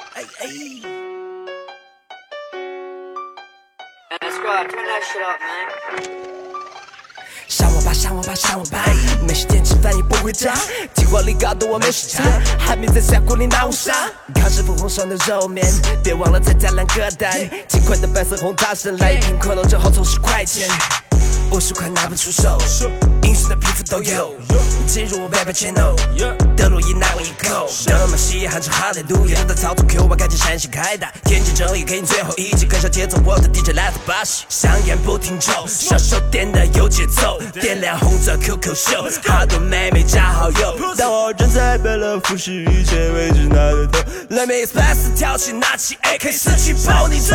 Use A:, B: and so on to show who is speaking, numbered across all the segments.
A: Hey.
B: squad, turn that shit up, man.
A: 杀我吧，杀我吧，杀我吧！没时间吃饭也不回家，电话里搞得我没时差，还没在峡谷里拿乌纱。扛着粉红色的肉面，别忘了再加两个蛋。金块的白色红塔山，来一瓶可乐正好凑十块钱，五十块拿不出手，英式的皮肤都有。进入我 baby channel，德鲁伊拿哦我一口，德玛西喊着哈利路亚，正在操纵 Q 我赶紧闪现开打，天气正义给你最后一击，跟上节奏我的 DJ 来自巴西，香烟不停抽，小手点的有节奏，点亮红色 QQ 秀，好多妹妹加好友，但我仍在被了服侍，一切未知拿得头，Let me express 跳起拿起 AK 四去跑你走，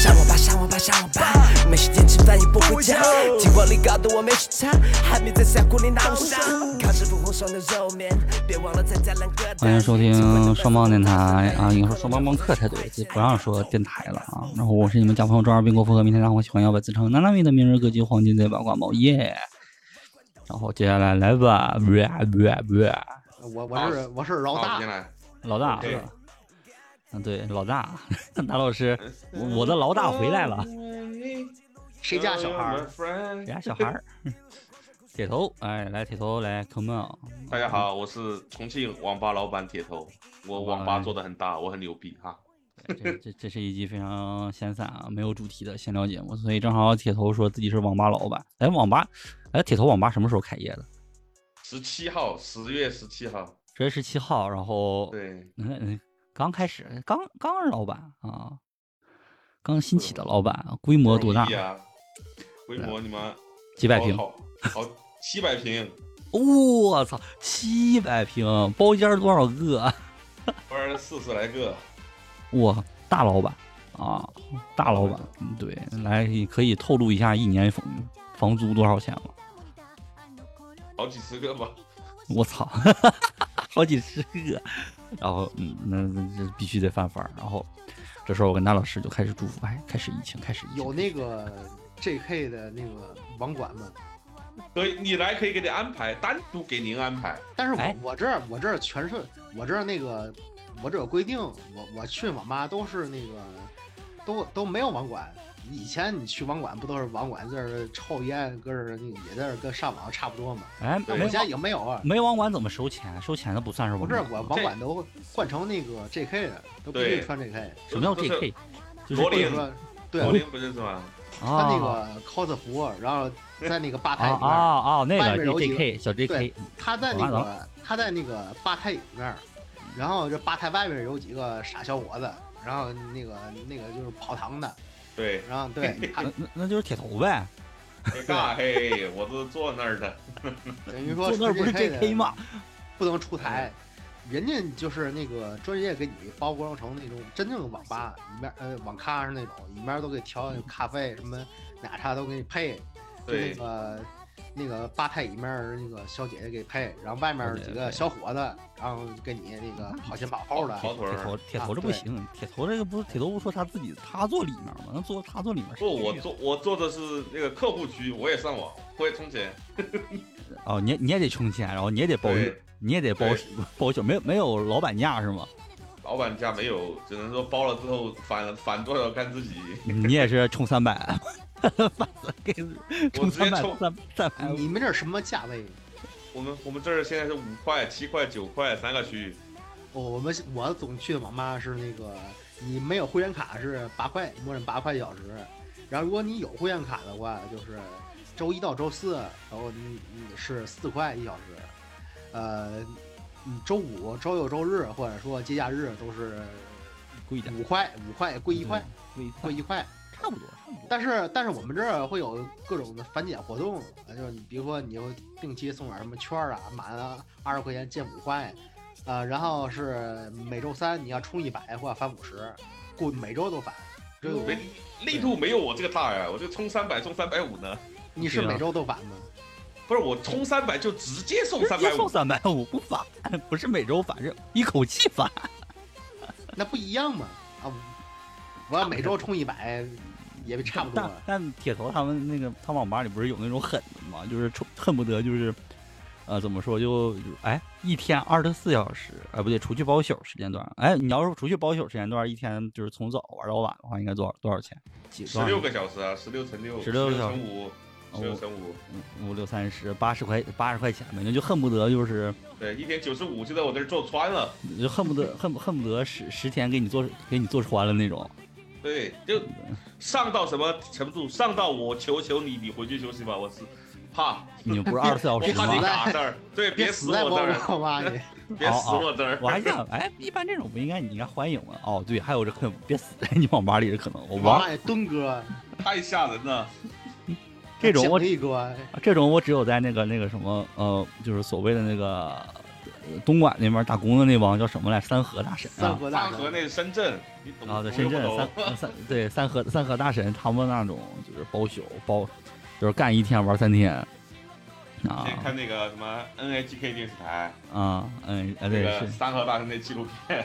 A: 杀我吧杀我吧杀我吧，没时间吃饭也不回家，尽管里搞得我没时差，还没在峡谷里闹沙，看师傅红烧的肉面，别忘了再加两个蛋
C: 欢迎收听双帮电台啊，应该说双帮帮客才对，这不让说电台了啊。然后我是你们家朋友中二病国服和明天大伙喜欢摇摆自称娜娜咪的明日歌姬黄金贼八卦猫耶。然后接下来来吧，不不不，
D: 我我是我是老
E: 好，
D: 大
E: 进，啊来。
C: 老大是吧？嗯，对，老大， 大老师，我的老大回来了，
D: 谁家小孩
E: 呃
D: 儿？
C: 人
E: 儿？
C: 家小孩儿， 铁头，哎，来铁头来，come on，
E: 大家好，我是重庆网吧老板铁头，我网吧做的很大，我很牛逼哈。
C: 这这这是一集非常闲散啊，没有主题的闲聊节目，所以正好铁头说自己是网吧老板。哎，网吧，哎，铁头网吧什么时候开业的？
E: 十七号，十月十七号，
C: 十月十七号，然后
E: 对，
C: 嗯嗯，刚开始，刚刚是老板啊，刚新起的老板，规模多大
E: 不？容易啊？规模你们
C: 几百平？
E: 好，好，好七百平，
C: 我操，七百平，包间多少 个？啊
E: 二十四十来个，
C: 哇，大老板啊，大老板，嗯对，来可以透露一下一年房房租多少钱吗？
E: 好几十个吧。
C: 我操， 好几十个。然后，嗯，那那这必须得翻番儿。然后，这时候我跟大老师就开始祝福，哎，开始疫情，开始疫情
D: 有那个 JK 的那个网管吗？
E: 所以你来可以给你安排，单独给您安排。
D: 但是
C: 哎
D: 我我这儿我这儿全是我这儿那个我这有规定，我我去网吧都是那个都都没有网管。以前你去网管不都是网管在这儿抽烟，跟这儿那个也在这儿跟上网差不多吗？
C: 哎，
E: 对
D: 我
C: 没
D: 家已经没有啊。
C: 没网管怎么收钱？啊收钱的不算是网
D: 不是
C: 管。
D: 我网管都换成那个 JK 的，都不一定
E: 对
D: 穿 JK。
C: 什么叫 JK？就是
E: 罗
D: 或者
E: 林，
D: 说，对，
E: 罗林不认识吗？
D: 他那
C: 啊
D: 个 cos 服，然后在那个吧
C: 啊
D: 台里
C: 啊
D: 面儿，
C: 啊，那
D: 外
C: 个
D: 面
C: 就
D: 有几个
C: JK 小 JK
D: 对他在那
C: 完
D: 个他在那个吧台里面儿，然后这吧台外面有几个傻小伙子，然后那个那个就是跑堂的，
E: 对，
D: 然后对他
C: 那那那就是铁头呗。
E: 嘿 尬嘿，我是坐那儿的。
D: 等于说
C: 坐那儿不是
D: 纯 JK
C: JK
D: 的
C: 吗？哎
D: 不能出台，人家就是那个专业给你包装成那种真正的网吧，里面呃网咖是那种，里面都给调咖啡什么奶茶都给你配，就那
E: 对
C: 嗯
D: 个那个吧台里面儿那个小姐姐给配，然后外面儿
C: 对
D: 几
C: 对
D: 个小伙子，然后给你那个
C: 嗯
D: 跑前跑后的。
E: 跑腿
C: 铁头
E: 儿。
C: 铁
D: 啊
C: 头这不行，铁头这个不是铁头不说他自己，他坐里面吗？那坐他坐里面谁
E: 不，我
C: 去啊
E: 做我做的是那个客户区，我也上网，我也充钱。
C: 哦，你也你也得充钱，然后你也得包月
E: 对，
C: 你也得包
E: 对
C: 宿 包宿，没有没有老板价是吗？
E: 老板家没有，只能说包了之后返返多少看自己。
C: 你也是充三百， 给充
E: 我直
C: 三
E: 接
C: 百
E: 充
C: 三三百，
D: 你们这儿什么价位？
E: 我们我们这儿现在是五块、七块、九块三个区，
D: 我哦我们我总去的网吧是那个，你没有会员卡是八块，默认八块一小时。然后如果你有会员卡的话，就是周一到周四，然后你你是四块一小时。呃，你周五、周六、周日或者说节假日都是
C: 贵一点，嗯
D: 五块，五块贵一块，
C: 贵一
D: 贵一块。
C: 差不多差不多。
D: 但是但是我们这儿会有各种的返减活动，呃就是你比如说你就定期送点什么券儿啊，满二十块钱减五块，呃，然后是每周三你要充一百或者返五十，故每周都返。这个
E: 没力度没有我这个大呀，我就充三百充三百五呢。
D: 你是
C: 对啊
D: 每周都返吗？
E: 不是我充三百就直接送
C: 直
E: 三
C: 接
E: 百
C: 送
E: 五，
C: 三百五不返，不是每周返，是一口气返。
D: 那不一样嘛啊！我要每周充一百也差不多
C: 但
D: 了。
C: 但铁头他们那个他网吧里不是有那种狠的吗？就是充恨不得就是呃，怎么说就哎，一天二十四小时，哎、不对，除去包宿时间段，哎，你要是除去包宿时间段，一天就是从早玩到晚的话，应该多少多少钱？几
E: 十六个小时啊，十六乘六，
C: 16
E: 六
C: 个小时
E: 乘五，十六乘五，
C: 五六三十，八十块八十块钱呗，那就恨不得就是
E: 对，一天九十五就在我这儿坐穿了。
C: 就恨不得恨不恨不得十十天给你做给你做穿了那种。
E: 对，就上到什么程度？上到我求求你，你回去休息吧，我是怕，
C: 你不是二十四小
E: 我
C: 时
E: 怕你
D: 死
C: 吗？
D: 在
E: 嘎这儿，对，别死
D: 死在
E: 我这
D: 我
E: 儿，
D: 我妈 去，
E: 别死我这儿。
C: 哦我还 想，哎，一般这种不应该你应该欢迎吗？哦，对，还有这可别死在你网吧里的可能，我
D: 我
C: 忘
D: 妈去蹲哥，
E: 太吓人了。
C: 这种我
D: 奖励哥，
C: 这种我只有在那个那个什么呃，就是所谓的那个呃东莞那边打工的那帮叫什么来，三河大神
D: 三
C: 啊，
D: 河大
E: 上
D: 哥
E: 河那是深圳，你懂？
C: 啊，对，
E: 懂
C: 深
E: 又
C: 圳
E: 不懂
C: 三三对三河三河大神，他们那种就是包宿包，就是干一天玩三天，啊
E: 先看那个什么 NHK 电视台，
C: 啊嗯啊
E: 那
C: 对
E: 个
C: 是，
E: 三河大神那纪录片，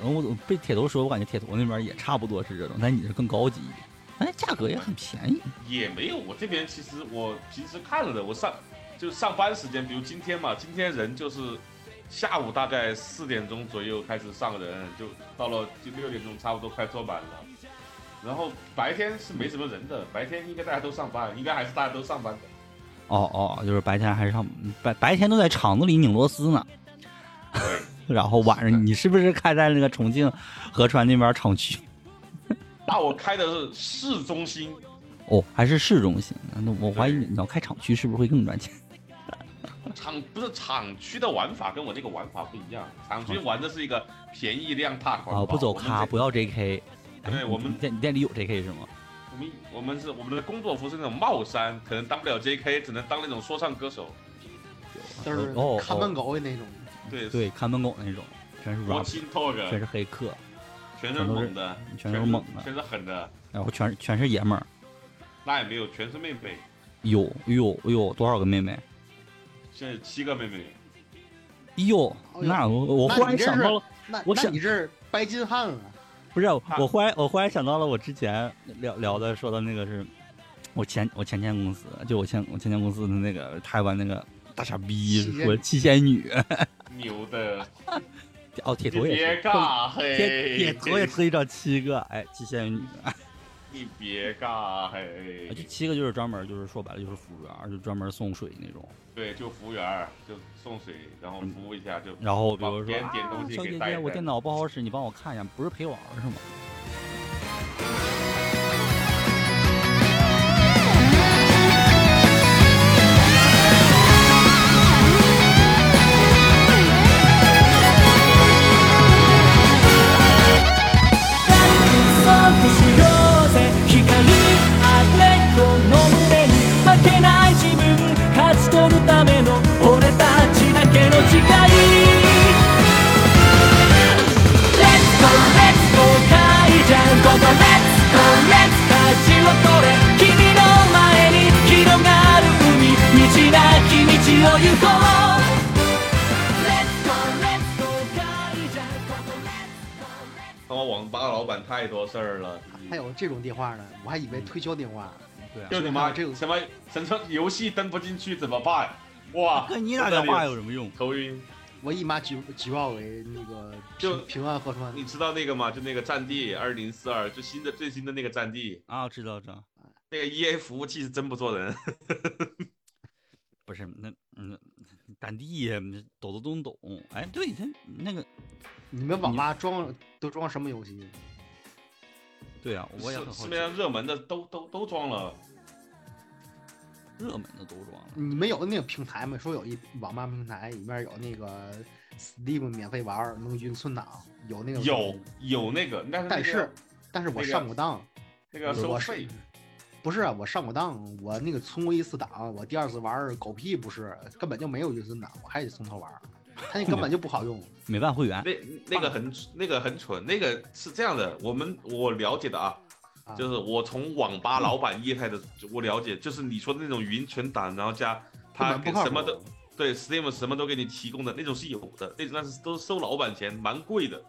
C: 然后我被铁头说，我感觉铁头那边也差不多是这种，但你是更高级一点，哎，价格也很便宜，
E: 也没有。我这边其实我平时看了的，我上就是上班时间，比如今天嘛，今天人就是下午大概四点钟左右开始上人，就到了就六点钟差不多快坐满了。然后白天是没什么人的，白天应该大家都上班，应该还是大家都上班的。
C: 哦哦，就是白天还是上白白天都在厂子里拧螺丝呢。
E: 对，
C: 然后晚
E: 是的
C: 上你是不是开在那个重庆合川那边厂区？
E: 那我开的是市中心，
C: 哦，还是市中心？啊那我怀疑你要开厂区是不是会更赚钱？
E: 厂不是厂区的玩法跟我这个玩法不一样，厂区玩的是一个便宜量大广告，
C: 啊，不走咖，
E: 我们
C: 不要 JK。哎
E: 对我们
C: 你店你店里有 JK 是吗？
E: 这我们我们是我们的工作服是那种帽衫，可能当不了 JK，只能当那种说唱歌手。
D: 就
C: 哦
D: 是看门狗的那种，
E: 对，
C: 对，看门狗那种，全是
E: 国
C: rap，
E: 庆 talk，
C: 全是黑客，
E: 全是猛的，
C: 全都是猛的
E: 全是狠的，
C: 然后全全是爷们儿。
E: 那也没有，全是妹妹，
C: 有有有多少个妹妹？
E: 现在有七个妹妹，
C: 哟，
D: 哎呦
C: 那我我
D: 那
C: 忽
D: 你
C: 然
D: 这
C: 想
D: 是
C: 到了，
D: 那
C: 我
D: 那
C: 想
D: 你这是白金汉啊，
C: 不是我忽然我忽然想到了，我之前聊聊的说的那个是，我前我前前公司，就我前我前前公司的那个台湾那个大傻逼
D: 七仙女
C: 说七仙女，
E: 牛的，
C: 哦铁
E: 你
C: 头也
E: 别
C: 是，
E: 尬
C: 铁
E: 嘿，
C: 铁头也推到七个，哎七仙女，
E: 你别尬嘿
C: 啊就，七个就是专门就是说白了就是服务员，就专门送水那种，
E: 对，就服务员儿就送水，然后服务一下就
C: 嗯然后比如说
E: 点点东
C: 啊
E: 西
C: 小
E: 给
C: 姐
E: 带一
C: 姐我
E: 带
C: 电脑不好使，你帮我看一下，不是陪玩是吗？
F: 光あれこの胸に負けない自分勝ち取るための俺たちだけの誓い Let's go Let's go カイジャンここ Let's go Let's 舵を取れ君の前に広がる海道なき道を行こう Let's go Let's go カイジャンここ Let's go Let's go
E: 他妈网吧老板太多事儿了，
D: 还有这种电话呢，我还以为推销电话，
C: 对啊，
E: 就你妈
D: 这个
E: 什么什么游戏登不进去怎么办？哇，
C: 跟 你打电话
E: 我
C: 有什么用？
E: 头晕。
D: 我姨妈举举报给那个
E: 就
D: 平平安合川，
E: 你知道那个吗？就那个战地二零四二，就新的最新的那个战地，
C: 啊，知道知道。
E: 那个 EA 服务器是真不做人。
C: 不是那嗯， 咱弟抖抖懂懂。哎，对他那个，
D: 你们网吧装都装什么游戏？
C: 对啊，我也
E: 市
C: 很好
E: 市
C: 奇
E: 面。上热门的都都都装了，
C: 热门的都装了，
D: 你们有那个平台吗？说有一网吧平台，里面有那个 Steam 免费玩儿，能云存档，有那个
E: 有，有那个，但
D: 但
E: 是那
D: 是
E: 个
D: 但是
E: 那
D: 我
E: 个
D: 上过当，
E: 那个收
D: 我
E: 费
D: 是，不是啊我上过当，我那个存过一次档，我第二次玩儿狗屁不是，根本就没有云存档，我还得从头玩儿，它那根本就不好用。
C: 美办会员
E: 那那个很那个很蠢，那个是这样的，我们我了解的啊
D: 啊，
E: 就是我从网吧老板业态的我了解，就是你说的那种云存档，然后加他
D: 根本不靠谱
E: 什么都对 Steam 什么都给你提供的那种是有的，那种但是都是收老板钱，蛮贵的。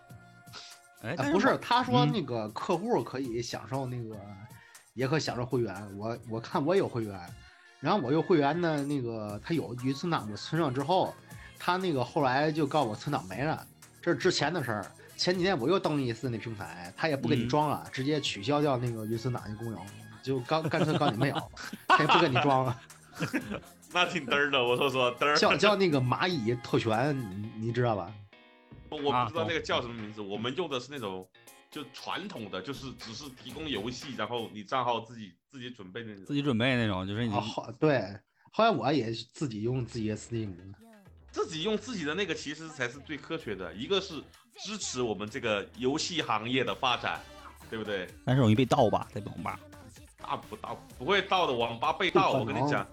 C: 哎，
D: 啊
C: 但，
D: 不是，他说
C: 嗯
D: 那个客户可以享受那个，也可以享受会员。我我看我有会员，然后我又会员呢，那个他有一次存档，我存上之后，他那个后来就告诉我存档没了，这是之前的事儿。前几天我又登了一次那平台，他也不给你
E: 嗯
D: 装了，直接取消掉那个云存档那功能，就干干脆告你没有，他也不给你装了，
E: 那挺嘚儿的，我说说嘚儿。
D: 叫叫那个蚂蚁特权，你你知道吧？
E: 我不知道
C: 啊
E: 那个叫什么名字，我们用的是那种就传统的，就是只是提供游戏，然后你账号自己自己准备的那
C: 自
E: 种。
C: 己准备那种，就是已
D: 啊，
C: 经
D: 好，对，后来我也自己用自己的 Steam，
E: 自己用自己的那个其实才是最科学的，一个是支持我们这个游戏行业的发展，对不对？
C: 但是容易被盗吧，在网吧。
E: 大不大不会到的，网吧被盗，
D: 不可
E: 我跟你
D: 能
E: 讲，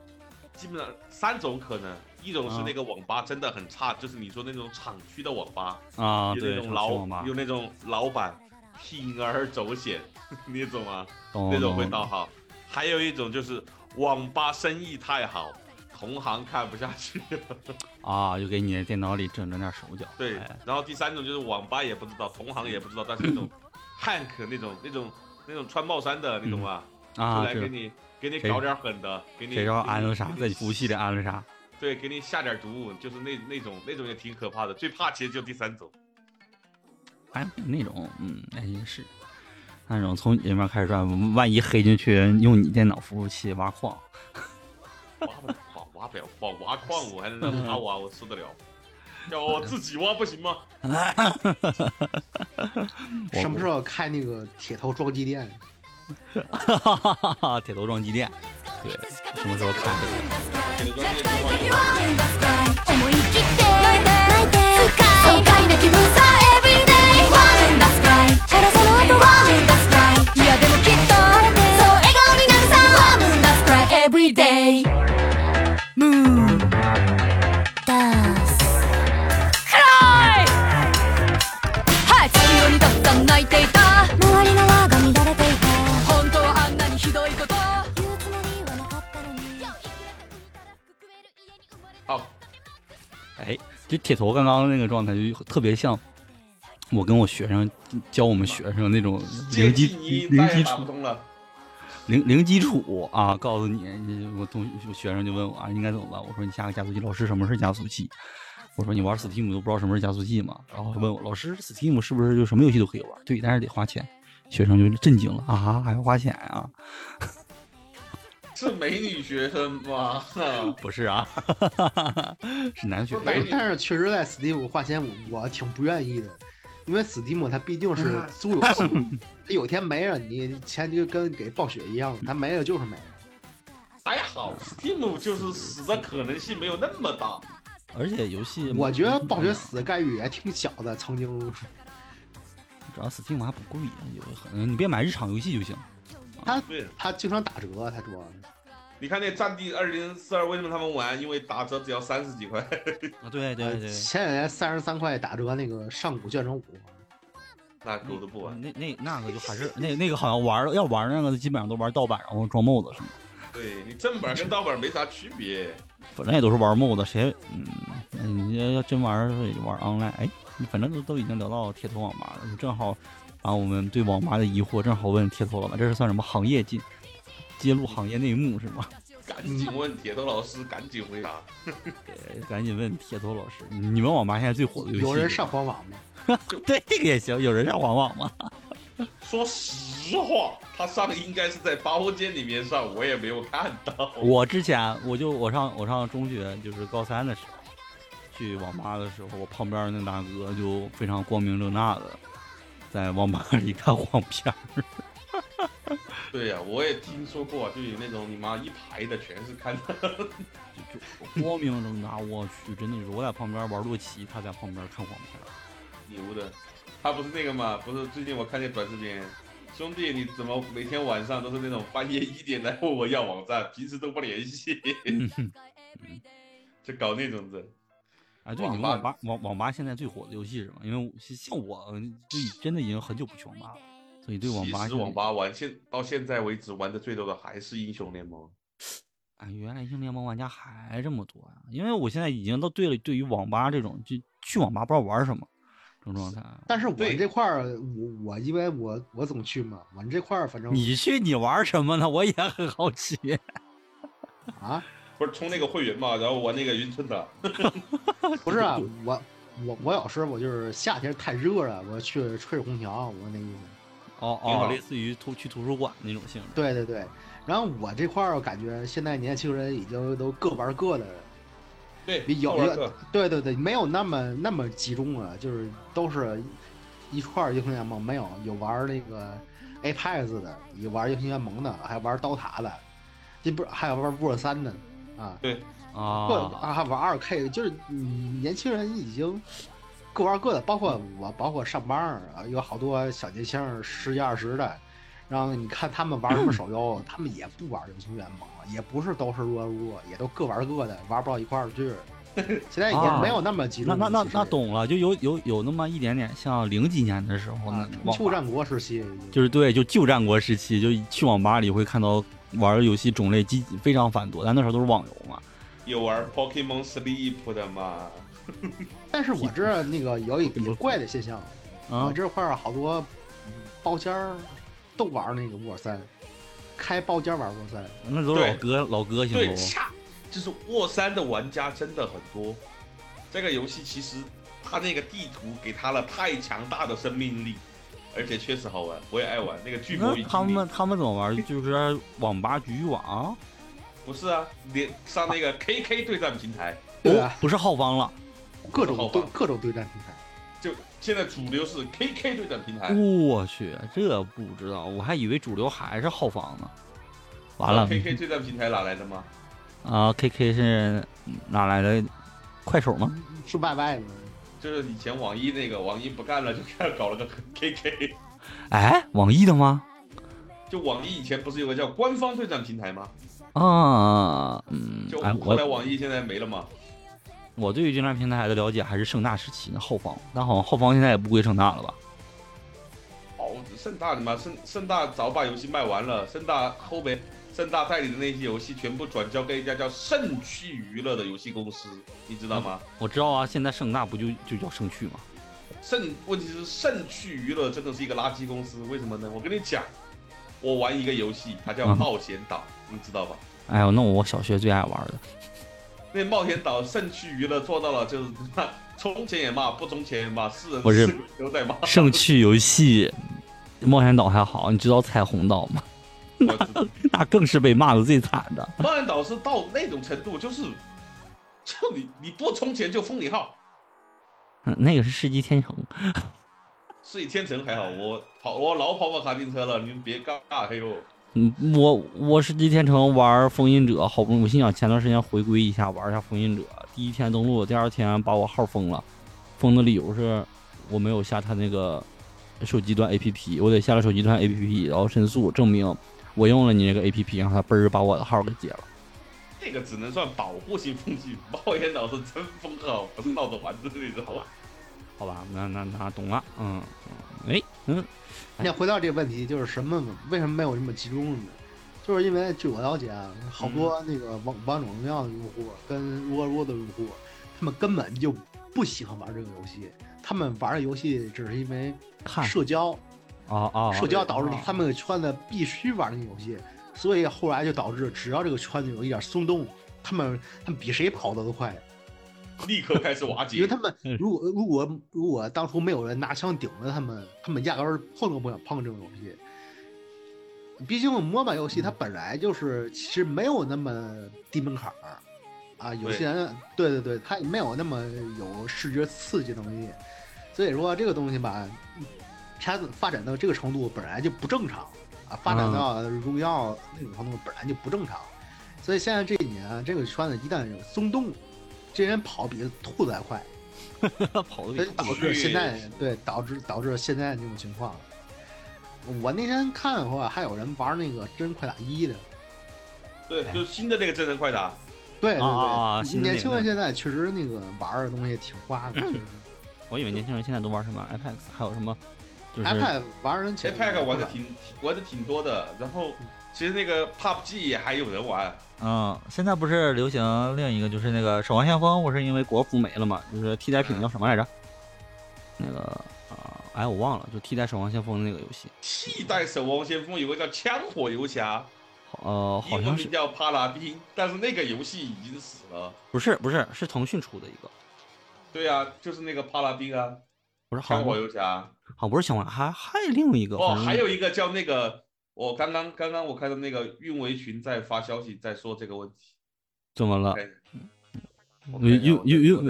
E: 基本上三种可能，一种是
C: 啊
E: 那个网吧真的很差，就是你说那种厂区的网吧，
C: 啊，
E: 有那
C: 对，
E: 种
C: 老网吧
E: 老有，那种老板铤而走险， 你懂吗？
C: 懂
E: 那种会
C: 懂
E: 盗号。还有一种就是网吧生意太好，同行看不下去了。
C: 啊，就给你电脑里整整点手脚。
E: 对
C: 哎，
E: 然后第三种就是网吧也不知道，同行也不知道，但是那种 hank 那种那种那种穿帽衫的，你懂吗？
C: 啊，
E: 就来给
C: 这
E: 你给你
C: 谁
E: 搞点狠的，给你
C: 谁知道
E: 给你
C: 安了啥，
E: 给
C: 在
E: 你
C: 服务器里安了啥？
E: 对，给你下点毒，就是那那种那种也挺可怕的。最怕其实就第三种，
C: 哎，那种，嗯，哎也是，那种从你这边开始转，万一黑进去用你电脑服务器挖矿，
E: 挖不了矿，挖不了矿，挖矿我还能让他挖，我受得了。要我自己挖不行吗？
C: 我
D: 什么时候开那个铁头装机店？
C: 铁头撞击店，对，什么时候看这个？
E: 给他装进去之后
F: 思い切って爽快な気分さ Everyday 辛さの後はいやでもきっとそう笑顔になるさ Everyday ムーダンスクライはい月夜にたくさん泣いていた周りの輪が乱れていた本当はあんなにひどいこと言うつもりはなかったのに
E: 好，
C: 哎，就铁头刚刚那个状态就特别像。我跟我学生教我们学生那种
E: 接
C: 零基
E: 近你
C: 零
E: 再
C: 基
E: 也
C: 础
E: 打不通了。
C: 零零基础啊，告诉你，你我同我学生就问我啊，应该怎么办？我说你下个加速器，老师什么是加速器？我说你玩 Steam 都不知道什么是加速器吗？然后他问我老师，Steam 是不是就什么游戏都可以玩？对，但是得花钱。学生就震惊了啊，还要花钱啊？
E: 是美女学生吗？
C: 不是啊， 是男学
E: 不
D: 但
E: 美
C: 生
E: 女
D: 但是确实在 Steam 花钱，我我挺不愿意的，因为 Steam 它毕竟是租游 戏，它有天没了，你钱就跟给暴雪一样，它没了就是没了。
E: 还好，Steam 就是死的可能性没有那么大。
C: 而且游戏
D: 我觉得暴雪
C: 死，
D: 死的概率也挺小的，曾经
C: 主要 Steam 还不贵，有很你别买日常游戏就行。
E: 对，
D: 它经常打折，它主要是
E: 你看那《战地二零四二》，为什么他们玩？因为打折只要三十几块。
C: 啊，对对对，
D: 前两年三十三块打折那个上古卷轴五，
E: 那狗都不玩。
C: 那那那个就还是那那个好像玩要玩那个基本上都玩盗版，然后装帽子什么的。
E: 对你正版跟盗版没啥区别。
C: 反正也都是玩 mod，谁嗯，嗯你要要真玩儿也就玩 online。哎，反正都都已经聊到铁头网吧了，正好把我们对网吧的疑惑正好问铁头老板，这是算什么行业进揭露行业内幕是吗？
E: 赶紧问铁头老师，赶紧回答。
C: 呃赶紧问铁头老师，你们网吧现在最火哦的游戏
D: 有人上黄网吗？
C: 对这个也行，有人上黄网吗？
E: 说实话，他上应该是在包间里面上，我也没有看到。
C: 我之前我就我上我上中学就是高三的时候，去网吧的时候，我旁边那大哥就非常光明正大的在网吧里看黄片儿。
E: 对呀、我也听说过，就有那种你妈一排的全是看的。
C: 就光明正大，我去，真的是我在旁边玩洛奇，他在旁边看黄片儿。
E: 牛的，他不是那个嘛？不是最近我看见短视频，兄弟，你怎么每天晚上都是那种半夜一点来问我要网站，平时都不联系， 就搞那种的。
C: 啊，对，你们网
E: 网
C: 吧网网吧现在最火的游戏是什么？因为我像我就已真的已经很久不去网吧了，所以对网吧
E: 其实
C: 现在
E: 网吧玩现到现在为止玩的最多的还是英雄联盟。
C: 哎，原来英雄联盟玩家还这么多呀、因为我现在已经到对了，对于网吧这种就去网吧不知道玩什么这种状态。啊
D: 但是我
E: 对
D: 这块儿，我我因为我我总去嘛，我这块儿反正
C: 你去你玩什么呢？我也很好奇。
D: 啊，
E: 不是充那个会员嘛，然后玩那个云吞的，
D: 不是啊，我我我有时候我就是夏天太热了，我去吹着空调，我那意思。
C: 哦
E: 挺
C: 哦，
E: 好
C: 类似于图去图书馆那种性质。
D: 对对对，然后我这块儿我感觉现在年轻人已经都各玩各的了，
E: 对，
D: 有
E: 奥
D: 一
E: 尔
D: 个
E: 克
D: 对对对，没有那么那么集中了，就是都是一块儿英雄联盟，没有有玩那个 Apex 的，有玩英雄联盟的，还玩刀塔的，这不是还有玩 War 三的啊，或者
C: 啊，
D: 啊还玩二 K，就是嗯年轻人已经各玩各的，包括我，包括上班儿啊，有好多小年轻儿十几二十的，然后你看他们玩什么手游，他们也不玩英雄联盟，也不是都是撸啊撸，也都各玩各的，玩不到一块儿去。现在已经没有那么集
C: 啊那
D: 中
C: 那
D: 了。
C: 那
D: 其实
C: 那懂了，就有有有那么一点点像零几年的时候那
D: 啊
C: 网，吧
D: 旧战国时期
C: 就是对，就旧战国时期，就去网吧里会看到玩游戏种类极非常繁多，但那时候都是网游嘛。
E: 有玩 Pokemon Sleep 的嘛？
D: 但是我知道那个有一个怪的现象，我
C: 啊，
D: 这块儿好多包间儿都玩那个沃三，开包间儿玩沃三。
C: 那都是老哥老哥型
E: 对，
C: 楼。
E: 下就是沃三的玩家真的很多。这个游戏其实它那个地图给它了太强大的生命力，而且确实好玩，我也爱玩那个巨魔与
C: 那嗯
E: 精
C: 他
E: 灵
C: 们他们怎么玩？就是网吧局域网，
E: 不是啊，连上那个
C: 啊
E: KK 对战平台，
D: 对啊，
C: 哦不是浩方了。
D: 各种
E: 好吧
D: 对各种对战平台。
E: 就现在主流是 KK 对战平台。
C: 我去，这不知道，我还以为主流还是浩方呢。完了
E: KK 对战平台哪来的吗？
C: 啊，KK 是哪来的？快手
E: 嗯
C: 吗？
D: 是 YY 吗？
E: 就是以前网易那个网易不干了，就开始搞了个 KK。
C: 哎，网易的吗？
E: 就网易以前不是有个叫官方对战平台吗？
C: 啊，嗯
E: 就，
C: 哎，
E: 后来
C: 我
E: 网易现在没了嘛。
C: 我对于这张平台的了解还是盛大时期的后方，但好像后方现在也不归盛大了吧？
E: 哦，盛大你妈盛盛大早把游戏卖完了，盛大后面盛大代理的那些游戏全部转交给一家叫盛趣娱乐的游戏公司，你知道吗？
C: 我知道啊，现在盛大不就就叫盛趣吗？
E: 盛问题是盛趣娱乐真的是一个垃圾公司，为什么呢？我跟你讲，我玩一个游戏，它叫
C: 嗯
E: 冒险岛，你知道吧？
C: 哎呦，那我小学最爱玩 的，
E: 那冒险岛盛趣娱乐做到了，就是充钱也骂，不充钱也骂，是人
C: 不是
E: 是鬼都在骂。
C: 盛趣游戏，冒险岛还好，你知道彩虹岛吗？
E: 我知道
C: 那更是被骂的最惨的。
E: 冒险岛是到那种程度，就是就你你不充钱就封你号。
C: 嗯，那个是世纪天成，
E: 是以天成还
C: 哎
E: 好，我跑我老跑跑卡丁车了，你们别尬嘿呦！
C: 嗯，我我世纪天成玩封印者，好不容易，我心想前段时间回归一下，玩一下封印者。第一天登录，第二天把我号封了，封的理由是我没有下他那个手机端 APP，我得下了手机端 APP，然后申诉证明我用了你那个 APP，然后他嘣儿把我的号给解了。
E: 这个只能算保护性封禁，冒险岛是真封号，不是闹着玩的，你知道吧？
C: 好吧，那那那懂了，嗯，哎，嗯，
D: 那回到这个问题，就是什么为什么没有这么集中呢？就是因为据我了解啊，好多
E: 嗯
D: 那个王王者荣耀的用户跟撸啊撸的用户，他们根本就不喜欢玩这个游戏，他们玩的游戏只是因为
C: 看
D: 社交，
C: 啊啊，
D: 社交导致
C: 啊
D: 他们圈子必须玩那个游戏，所以后来就导致只要这个圈子有一点松动，他们他们比谁跑得都快。
E: 立刻开始瓦解，
D: 因为他们
C: 嗯
D: 如果如果如果当初没有人拿枪顶着他们，他们压根儿碰都不想碰这种游戏。毕竟 MOBA 游戏它本来就是其实没有那么低门槛儿，啊，有些人对对对，它也没有那么有视觉刺激的东西，所以说这个东西吧，它发展到这个程度本来就不正常啊，发展到荣耀那种程度本来就不正常，所以现在这几年这个圈子一旦有松动，这人跑比兔子还快，
C: 啊跑的
D: 所
C: 给
D: 以导致现在对导致导致现在这种情况。我那天看的话，还有人玩那个《真人快打一》的，
E: 对，
C: 哎
E: 就新的那个真人快打，
D: 对对对，
C: 啊啊啊新的那个嗯
D: 年轻人现在确实那个玩的东西挺花的，确实
C: 我以为年轻人现在都玩什么 Apex，还有什么就是
D: iPad 玩人
E: 这
D: 挺
E: pack 玩的挺玩的挺多的，然后其实那个 PUBG 也还有人玩，
C: 嗯，现在不是流行另一个，就是那个《守望先锋》，不是因为国服没了嘛，就是替代品叫什么来着？那个啊、呃哎，我忘了，就替代《守望先锋》那个游戏。
E: 替代守望先锋有个叫枪火游侠，
C: 呃，好
E: 英文
C: 像是
E: 名叫帕拉丁，但是那个游戏已经死了。
C: 不是不是是腾讯出的一个，
E: 对啊，就是那个帕拉丁啊，
C: 不是好
E: 枪
C: 像
E: 火游侠。
C: 好像不是小黄，还还另一个，
E: 哦，
C: 反正
E: 还有一个叫那个，我刚刚刚刚我看到那个运维群在发消息，在说这个问题。
C: 怎么了？
E: 对
C: 运运运运
E: 我看一下我在我在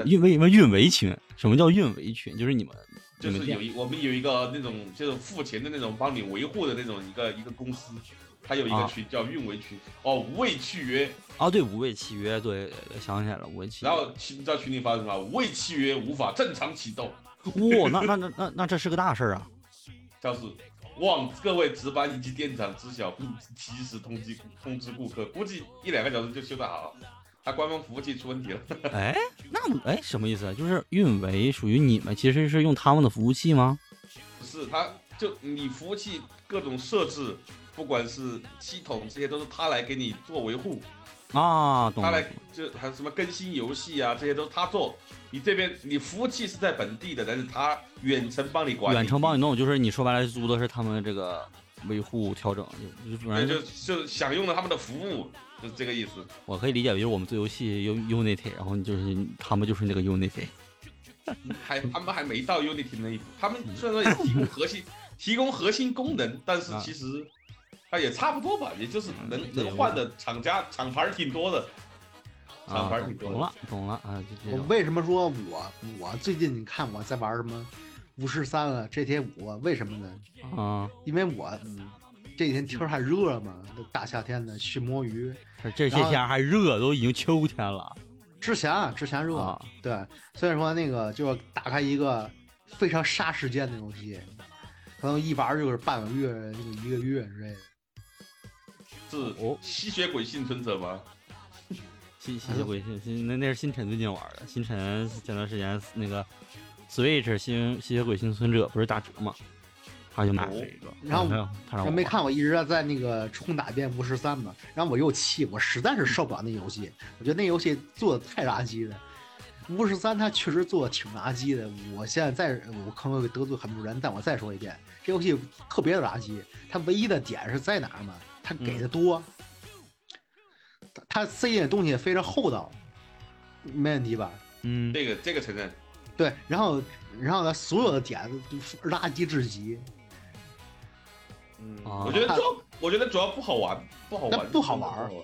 C: 运为什么运维群？什么叫运维群？就是你们
E: 就
C: 你们
E: 是
C: 店
E: 有一我们有一个那种就是付钱的那种帮你维护的那种一个一个公司，它有一个
C: 啊
E: 群叫运维群，哦，无畏契约。
C: 啊，对无畏契约，对，呃想起来了，无畏契约。
E: 然后群你知道群里发生什么？无畏契约无法正常启动，
C: 哇、那那那那那这是个大事儿 啊！
E: 告诉望各位值班以及店长知晓并及时通知通知顾客，估计一两个小时就修得好了。他官方服务器出问题了，
C: 哎，那哎什么意思啊？就是运维属于你们，其实是用他们的服务器吗？
E: 不是他就你服务器各种设置，不管是系统这些都是他来给你做维护。
C: 啊，懂
E: 他
C: 了
E: 来。就还有什么更新游戏啊，这些都是他做。你这边你服务器是在本地的，但是他远程帮你管理，
C: 远程帮你弄，就是你说白了租的是他们这个维护调整，就就
E: 对，
C: 反
E: 就
C: 正
E: 就享用了他们的服务，就是这个意思。
C: 我可以理解为就是我们做游戏用 Unity，然后你就是他们就是那个 Unity。
E: 还他们还没到 Unity 那一步，他们虽然说也提供核心提供核心功能，但是
C: 啊
E: 其实它也差不多吧，也就是能
C: 对
E: 能换的厂家厂牌儿挺多的，厂
C: 啊
E: 牌儿挺，多
C: 懂
E: 的。
C: 了懂了啊，就这
D: 我
C: 种
D: 为什么说我我最近你看我在玩什么巫师三啊、GTA 五啊？为什么呢？
C: 啊，
D: 因为我、嗯、这几天天儿还热了嘛，都大夏天的去摸鱼。
C: 这这些
D: 然后
C: 天还热，都已经秋天了
D: 之前啊，之前热，
C: 啊
D: 对，所以说那个就是打开一个非常杀时间的游戏，可能一玩就是半个月、一个月之类的。
E: 是
C: 哦
E: 吸血鬼幸存者吗？
C: 新新回新新那那是新晨最近玩的，新晨前段时间那个 Switch 新吸血鬼幸存者不是打折吗？他就买了一个，
D: 然后
C: 他让他让
D: 然
C: 我
D: 后没
C: 玩
D: 看我一直在那个重打一遍《巫师三》嘛，然后我又气，我实在是受不了那游戏，我觉得那游戏做的太垃圾了。《巫师三》它确实做的挺垃圾的，我现在再我可能会得罪很多人，但我再说一遍，这游戏特别的垃圾。它唯一的点是在哪儿嘛？它给的多，它它塞进的东西非常厚道，没问题吧？
C: 嗯
E: 这个这个承认，
D: 对，然后然后呢，所有的点都垃圾至极，
E: 嗯，
C: 啊
E: 我觉得主要我觉得主要不好玩，不好玩，
D: 那不好玩儿
E: 真的不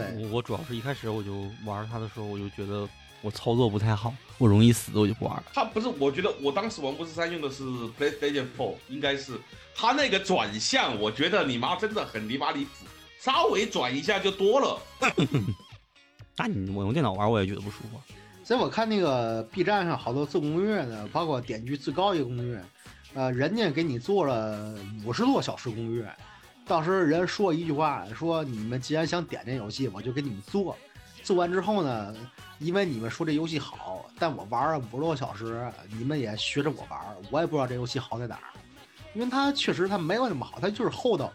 E: 玩
D: 对。
C: 我我主要是一开始我就玩它的时候，我就觉得我操作不太好，我容易死，我就不玩了。
E: 他不是，我觉得我当时玩巫师三用的是 PlayStation 4，应该是他那个转向，我觉得你妈真的很离妈离谱，稍微转一下就多了。
C: 那你我用电脑玩，我也觉得不舒服。
D: 所以我看那个 B 站上好多做攻略的，包括点击最高一个攻略，呃，人家给你做了五十多小时攻略，到时候人说一句话，说你们既然想点这游戏，我就给你们做。做完之后呢，因为你们说这游戏好，但我玩了五十多小时，你们也学着我玩，我也不知道这游戏好在哪儿，因为它确实它没有那么好，它就是厚道，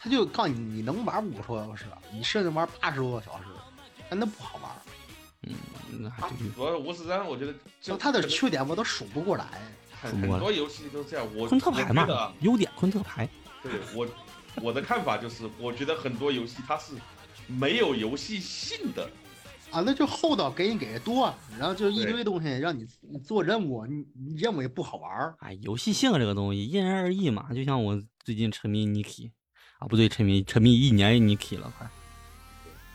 D: 它就告诉你你能玩五十多小时，你甚至玩八十多个小时，但那不好玩。
C: 那还
E: 啊
C: 真是
E: 主要是巫师三，我觉得
D: 就
E: 就
D: 它的啊缺点我都数不过来。
E: 很很多游戏都这样。我
C: 昆特牌
E: 我
C: 嘛
E: 觉得啊，
C: 优点昆特牌。
E: 对我我的看法就是，我觉得很多游戏它是没有游戏性的，
D: 啊，那就厚道给你给的多，然后就一
E: 对
D: 堆东西让你你做任务，你你任务也不好玩儿。
C: 哎，游戏性这个东西因人而异嘛。就像我最近沉迷 Niki 啊，不对，沉迷沉迷一年 Niki 了，快。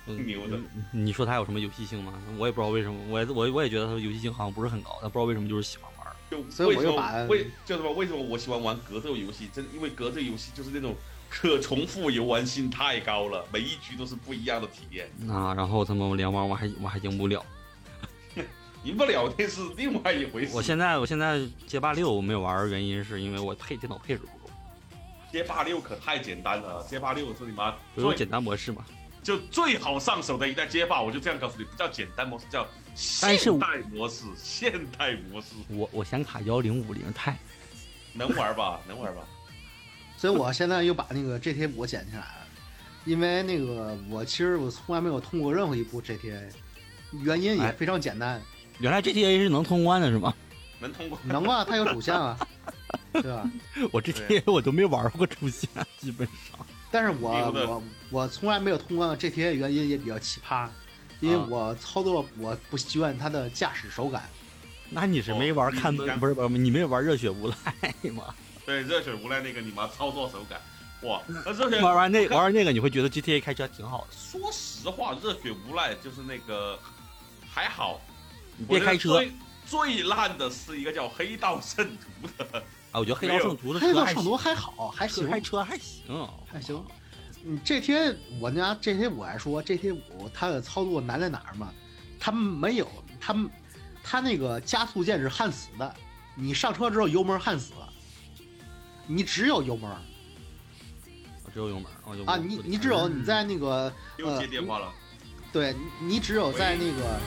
C: 嗯
E: 牛的。
C: 你说它有什么游戏性吗？我也不知道为什么，我也我我也觉得它的游戏性好像不是很高，但不知道为什么就是喜欢玩儿。
E: 就
D: 所以
E: 为
D: 我
E: 什
D: 又
E: 么
D: 把
E: 为就什么为什么我喜欢玩格斗游戏？真因为格斗游戏就是那种可重复游玩性太高了，每一局都是不一样的体验。
C: 啊，然后他妈我连王我还我还赢不了。
E: 赢不了那是另外一回事。
C: 我现在我现在街霸六我没有玩儿，原因是因为我配电脑配置不够，
E: 街霸六可太简单了，街霸六是你妈
C: 不是有
E: 最
C: 简单模式嘛？
E: 就最好上手的一代街霸，我就这样告诉你，不叫简单模式，叫
C: 但是
E: 现
C: 我
E: 代模式，现代模式
C: 我我显卡幺零五零钛，
E: 能玩吧？能玩吧？
D: 所以我现在又把那个 GTA 我捡起来了，因为那个我其实我从来没有通过任何一部 GTA，原因也
C: 哎
D: 非常简单，
C: 原来 GTA 是能通关的是吗？
E: 能通过
D: 能啊，它有主线啊，对吧？
C: 我 GTA 我都没玩过主线，基本上。
D: 但是我
E: 比如的
D: 我我从来没有通关 GTA 原因也比较奇葩，因为
E: 啊
D: 我操作我不习惯它的驾驶手感。
C: 那你是没玩看
E: 哦
C: 的，不是不是，你没玩热血无赖 吗？
E: 对，热血无赖那个你妈操作手感，哇，那热血
C: 玩完那玩完那个，你会觉得 GTA 开车挺好的。
E: 说实话，热血无赖就是那个还好，
C: 你别
E: 我觉得
C: 开车
E: 最最烂的是一个叫黑道圣徒的，
C: 啊！我觉得黑道圣徒的
D: 黑
C: 车
D: 道
C: 还
D: 圣
C: 行，
D: 徒还好，还行，
C: 开车还行，
D: 还行。嗯，GTA 我拿 GTA 五来说，GTA 五它的操作难在哪儿嘛？它没有它，它那个加速键是焊死的，你上车之后油门焊死了，你只有油门儿
C: 我只有油门，我就
D: 啊，你你只有你在那个
E: 又
D: 呃
E: 接，电话了。
D: 对你你只有在那个。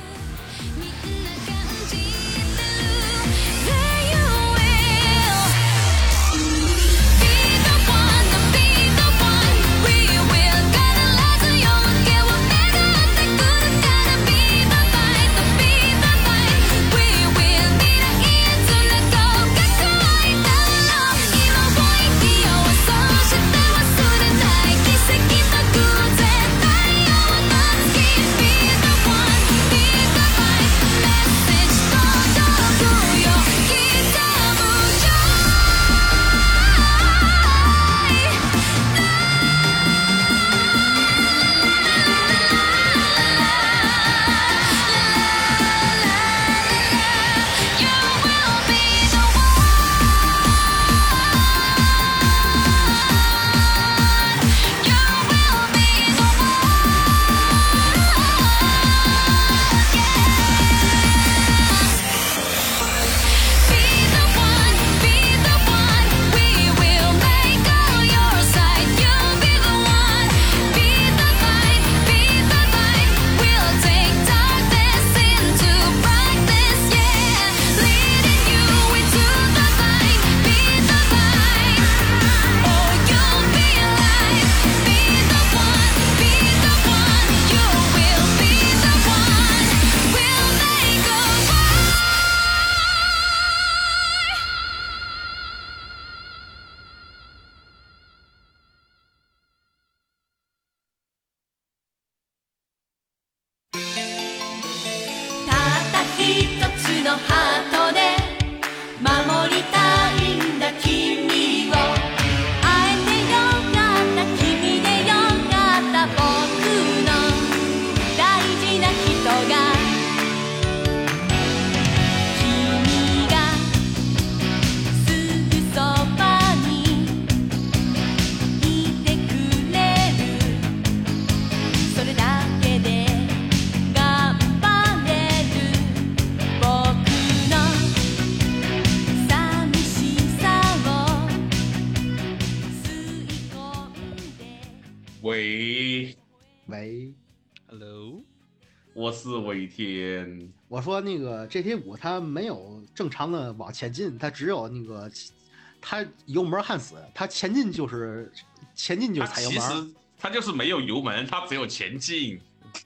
G: たった一つのハートで守りたいんだ君を会えてよかった君でよかった僕の大事な人が君がすぐそばにいてくれるそれだけで頑張れる僕の寂しさを吸い込んで
E: 喂，
D: 喂，
C: Hello，
E: 我是伟天，
D: 我说那个 GTA 五它没有正常的往前进，它只有那个它油门焊死，它前进就是前进就是
E: 他
D: 踩油
E: 其
D: 门儿，
E: 实他就是没有油门，他只有前进。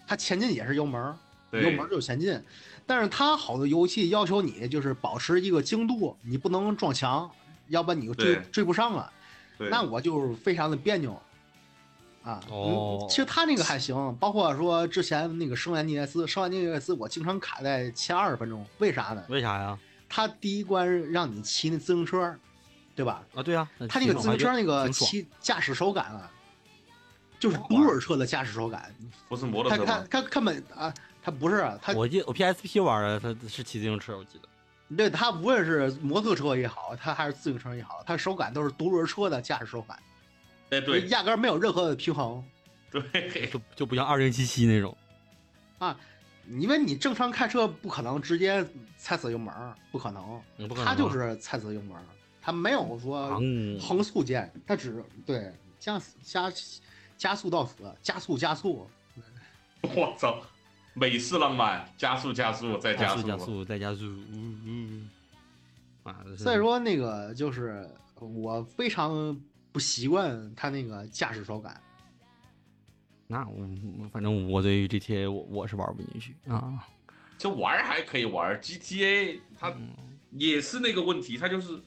D: 它前进也是油门儿，油
E: 对
D: 门，儿就是前进。但是它好多游戏要求你就是保持一个精度，你不能撞墙，要不然你就追
E: 对
D: 追不上了。
E: 对
D: 那我就是非常的别扭啊。
C: 哦
D: 嗯，其实他那个还行，包括说之前那个圣安地列斯，圣安地列斯我经常卡在前二十分钟，为啥呢？
C: 为啥呀？
D: 他第一关是让你骑那自行车，对吧？
C: 啊，对啊，
D: 他那个自行车那个
C: 挺爽
D: 骑驾驶手感啊，就是
C: 好玩
D: 摩托车的驾驶手感，
E: 不是摩托
D: 他
E: 车
D: 他
E: 吗？
D: 他根本啊，他不是啊，他
C: 我记我 PSP 玩的，他是骑自行车，我记得。
D: 对他无论是摩托车也好，他还是自行车也好，他手感都是独轮车的驾驶手感，
E: 哎，对
D: 压根儿没有任何的平衡。
E: 对，
C: 就就不像二零七七那种。
D: 因为你正常开车不可能直接踩死油门儿，不可能。
C: 嗯不可能
D: 他就
C: 啊
D: 是踩死油门儿，他没有说
C: 嗯
D: 横速键，他只对加速加加速到死，加速加速。
E: 我操，美式浪漫，加速加速再
C: 加
E: 加
C: 速加速再加速，嗯嗯。啊，这是
D: 所以说那个就是我非常不习惯他那个驾驶手感。
C: 那我我反正我对于 GTA 我我是玩不进去啊。
E: 这玩儿还可以玩儿，GTA 它
D: 嗯
E: 也是那个问题，它就是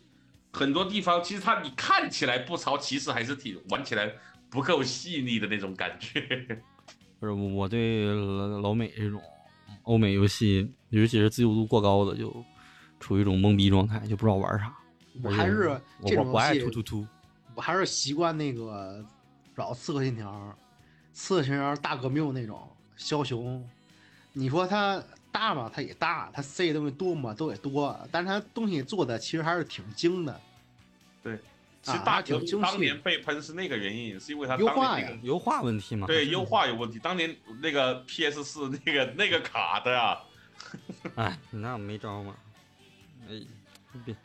E: 很多地方其实它你看起来不潮，其实还是挺玩起来不够细腻的那种感觉。
C: 不是我对老老美这种欧美游戏，尤其是自由度过高的，就处于一种懵逼状态，就不知道玩啥。
D: 我还是
C: 我
D: 这
C: 我
D: 种
C: 不爱
D: 游戏
C: 突突突，
D: 我还是习惯那个找刺客信条，刺客信条大革命那种枭雄。你说它大嘛，它也大；它塞的东西多嘛，都也多。但是它东西做的其实还是挺精的。
E: 其实
D: 啊
E: 大
D: 挺
E: 革
D: 精
E: 命
D: 细
E: 当年被喷是那个原因，是因为他
D: 优
E: 当
D: 化
E: 年那
D: 呀
E: 个
C: 优化问题嘛。
E: 对优化有问题。当年那个 PS 四那个那个卡的啊，
C: 哎，那没招嘛。哎，别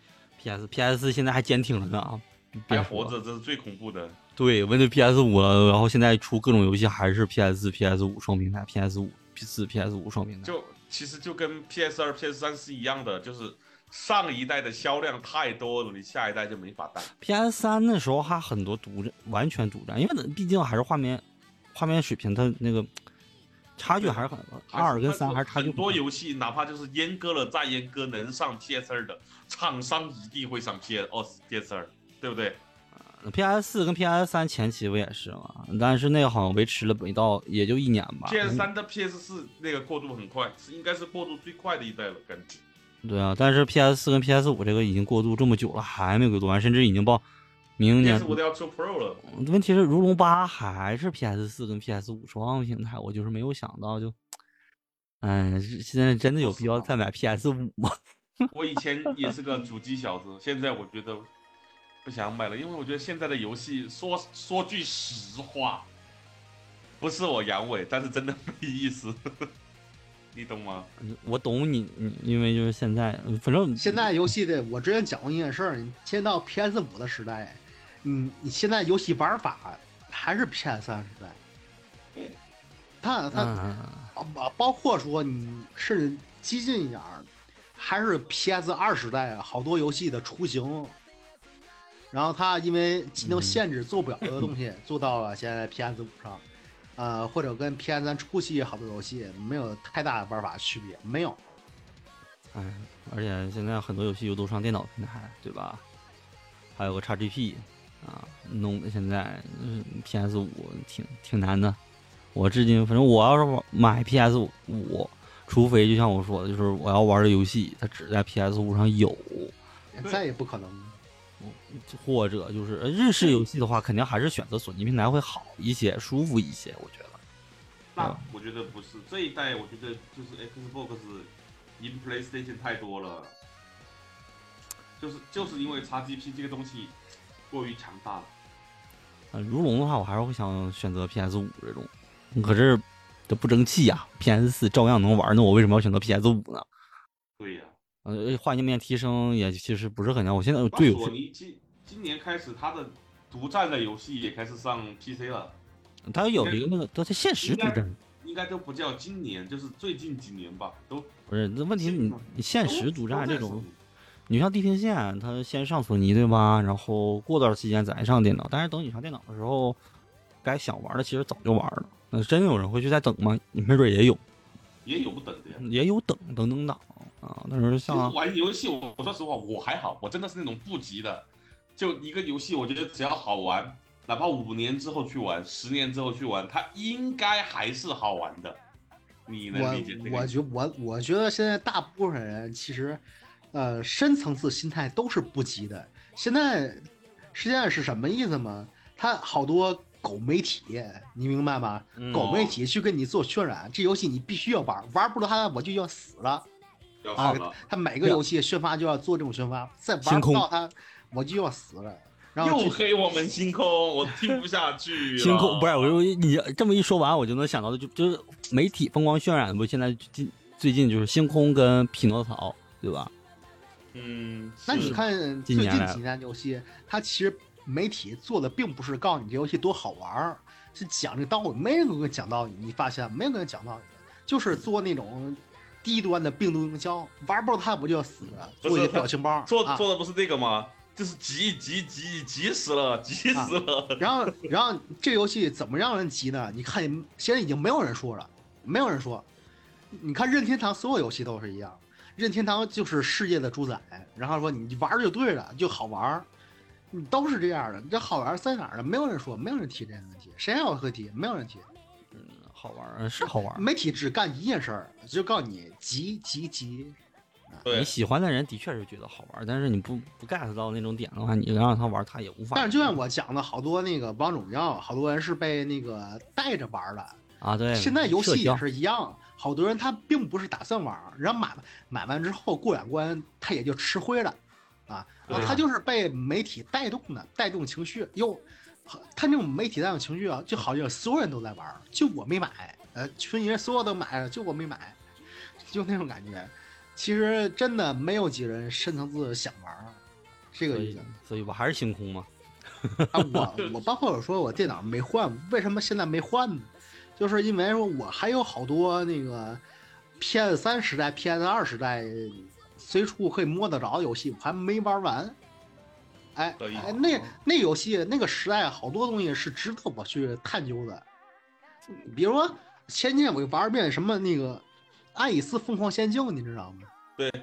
C: PS PS 现在还坚挺着呢啊，别
E: 还
C: 说
E: 活着，这是最恐怖的。
C: 对，Windows PS 五了，然后现在出各种游戏还是 PS 4 PS 五双平台，PS 五 P 四 PS 五双平台。
E: 就其实就跟 PS 二、PS 三是一样的，就是上一代的销量太多了，你下一代就没法带。
C: PS 三那时候还很多独占，完全独占，因为它毕竟还是画面画面水平，它那个差距还是很二跟三还是差距
E: 很
C: 很
E: 多
C: 大
E: 游戏，哪怕就是阉割了再阉割，能上 PS 二的厂商一定会上 PS 哦 PS 二，对不对？
C: PS 四跟 PS 三前期不也是嘛？但是那个好像维持了没到也就一年吧。
E: PS 三到 PS 四那个过渡很快，是应该是过渡最快的一代了，感觉。
C: 对啊，但是 PS 四跟 PS 五这个已经过渡这么久了，还没有过渡完，甚至已经报明年
E: PS 五都要出 Pro 了，
C: 问题是《如龙八》还是 PS 四跟 PS 五双平台，我就是没有想到就，哎，是现在真的有必要再买 PS 五吗？
E: 我以前也是个主机小子，现在我觉得不想买了，因为我觉得现在的游戏说说句实话，不是我阳痿，但是真的没意思， 你懂吗？
C: 我懂你，你因为就是现在，反正
D: 现在游戏的，我之前讲过一件事儿，你现在到 PS 五的时代，你你现在游戏玩法还是 PS 三时代。它它、
C: 嗯，
D: 啊，包括说你甚至激进一点儿，还是 PS 二时代啊，好多游戏的雏形。然后它因为技能限制做不了的东 西，做到了现在 PS 五上，呃，或者跟 PS 三初期好多游戏没有太大的玩法区别，没有。
C: 哎，而且现在很多游戏又都上电脑平台，对吧？还有个 XGP 啊，弄得现在嗯 PS 五挺挺难的。我至今反正我要是玩买 PS 五，除非就像我说的，就是我要玩的游戏它只在 PS 五上有，
D: 再也不可能。
C: 或者就是呃日式游戏的话，肯定还是选择索尼平台会好一些，舒服一些，我觉得。
E: 那
C: 啊
E: 我觉得不是这一代，我觉得就是 Xbox 赢 PlayStation 太多了，就是就是因为 XGP 这个东西过于强大了。
C: 呃，如龙的话，我还是会想选择 PS 五这种，可是这不争气呀、p s 四照样能玩，那我为什么要选择 PS 五呢？
E: 对呀、
C: 呃，画面面提升也其实不是很强。我现在
E: 那
C: 对
E: 索
C: 我，
E: 尼今今年开始，它的独占的游戏也开始上 PC 了，
C: 它有一个那个，它它限时独占，
E: 应该都不叫今年，就是最近几年吧，都
C: 不是那问题你，你限时独占这
E: 都在
C: 种
E: 索，尼
C: 你像地平线，它先上索尼对吧？然后过段时间再上电脑，但是等你上电脑的时候，该想玩的其实早就玩了。那真有人会去再等吗？你没准也有，
E: 也有不等的呀。
C: 也有等等等党啊。但是
E: 其实
C: 像
E: 玩游戏，我我说实话，我还好，我真的是那种不急的，就一个游戏，我觉得只要好玩，哪怕五年之后去玩，十年之后去玩，它应该还是好玩的。你能理解这
D: 我我
E: 个？
D: 觉我我觉得现在大部分人其实，呃，深层次心态都是不急的。现在现在是什么意思吗？他好多狗媒体，你明白吗？
E: 嗯
D: 狗
E: 哦
D: 媒体去跟你做渲染，这游戏你必须要玩，玩不了它我就要死了
E: 要
D: 啊
E: 好了，！
D: 他每个游戏宣发就要做这种宣发，再
C: 星
D: 玩
C: 空
D: 不到它我就要死了。然后
E: 又
D: 这
E: 黑我们星空，我听不下 去了。
C: 星空不是我就你这么一说完，我就能想到的就就是媒体疯狂渲染不？现在近最近就是星空跟匹诺曹对吧？
E: 嗯，
D: 那
E: 是
D: 你看
C: 近
D: 最
C: 年
D: 近
C: 来
D: 几年游戏，它其实媒体做的并不是告诉你这游戏多好玩儿，是讲这道理，没人给你讲道理。你发现没有人讲道理，就是做那种低端的病毒营销，玩不到它我就要死了，
E: 不
D: 做一
E: 是
D: 些表情包
E: 做
D: 啊
E: 做的不是这个吗？就是急急急急死了，急
D: 啊
E: 死了！
D: 然后，然后这游戏怎么让人急呢？你看，现在已经没有人说了，没有人说。你看任天堂所有游戏都是一样，任天堂就是世界的主宰，然后说你玩儿就对了，就好玩儿。嗯都是这样的。这好玩在哪儿呢？没有人说，没有人提这个问题，谁还有课题？没有人提，
C: 好玩儿是好玩儿。
D: 媒体只干一件事儿，就告诉你急急急。
E: 对
C: 你，喜欢的人的确是觉得好玩儿，但是你不不 get 到那种点的话，你让他玩儿他也无法。
D: 但是就像我讲的，好多那个王者荣耀，好多人是被那个带着玩儿的，
C: 啊，对，
D: 现在游
C: 社
D: 戏也
C: 交
D: 是一样，好多人他并不是打算玩儿，然后买买完之后过两关他也就吃灰了，啊，
E: 对
D: 他就是被媒体带动的，带动情绪。哟，他这种媒体带动情绪啊，就好像所有人都在玩儿，就我没买，呃，群里人所有都买了，就我没买，就那种感觉。其实真的没有几人深层次想玩儿，这个
C: 所
D: 已
C: 以
D: 经。
C: 所以我还是星空嘛。
D: 啊，我我包括我说我电脑没换，为什么现在没换呢？就是因为说我还有好多那个 PS 三时代、PS 二时代随处可以摸得着的游戏，我还没玩完。哎，
E: 得意
D: 哎那那游戏那个时代好多东西是值得我去探究的，比如说前天我玩一遍什么那个《爱丽丝疯狂仙境》，你知道吗？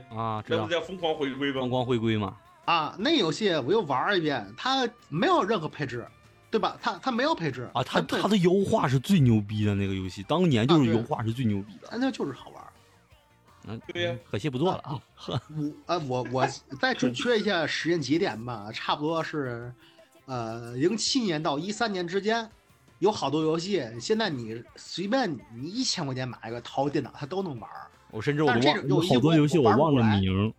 C: 啊，知
E: 那
C: 道
E: 不。叫疯狂回归吧
C: 光？光回归嘛，
D: 啊，那游戏我又玩一遍，它没有任何配置，对吧？它它没有配置
C: 啊，他
D: 对
C: 他的优化是最牛逼的那个游戏，当年就
D: 啊
C: 是
D: 对
C: 优化是最牛逼的。
D: 那就是好玩儿。
C: 嗯，
E: 对呀
C: 可惜不做了啊。
D: 我呃，我我再准确一下时间节点吧，差不多是，呃，零七年到一三年之间，有好多游戏，现在你随便你一千块钱买一个淘电脑，它都能玩儿。
C: 我甚至我
D: 但
C: 都
D: 是这
C: 忘好
D: 种游戏
C: 多
D: 我
C: 游戏
D: 我
C: 我
D: 玩不
C: 忘
D: 过来
C: 了名儿，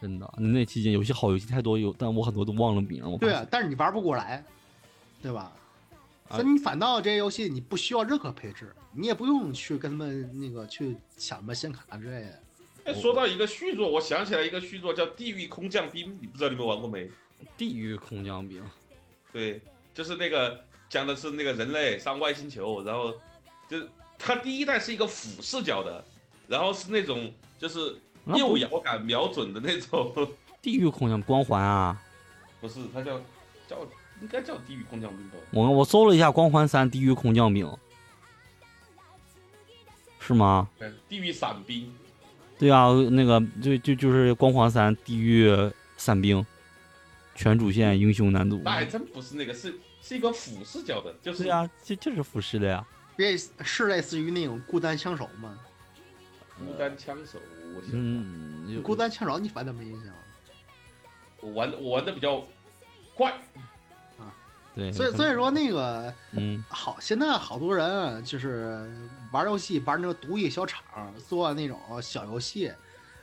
C: 真的。那期间游戏好游戏太多有，但我很多都忘了名儿。我
D: 对
C: 发
D: 啊，但是你玩不过来，对吧？
C: 啊
D: 所以你反倒这些游戏你不需要任何配置，你也不用去跟他们那个去抢什么显卡啊之类的。
E: 哎说到一个续作，我想起来一个续作叫《地狱空降兵》，你不知道你们玩过没？
C: 现地狱空降兵，
E: 对，就是那个讲的是那个人类上外星球，然后就是它第一代是一个俯视角的，然后是那种就是
C: 那不
E: 右摇杆瞄准的那种，
C: 地狱空降光环啊！
E: 不是，它叫叫应该叫地狱空降兵吧？
C: 我我搜了一下《光环三：地狱空降兵》，是吗？
E: 嗯，地狱伞兵，
C: 对啊，那个就就就是《光环三：地狱散兵》，全主线英雄难度。
E: 那还真不是那个，是是一个俯视角的，就是
C: 对呀、就就是啊服饰的呀。
D: 这是类似于那种孤单枪手吗？
E: 孤单枪手，我记得
C: 嗯，有
D: 孤单枪手你反正没印象。
E: 我玩的我玩的比较 快，
C: 对，
D: 所以所以说那个
C: 嗯，
D: 好，现在好多人啊就是玩游戏玩那种独立小厂儿，做那种小游戏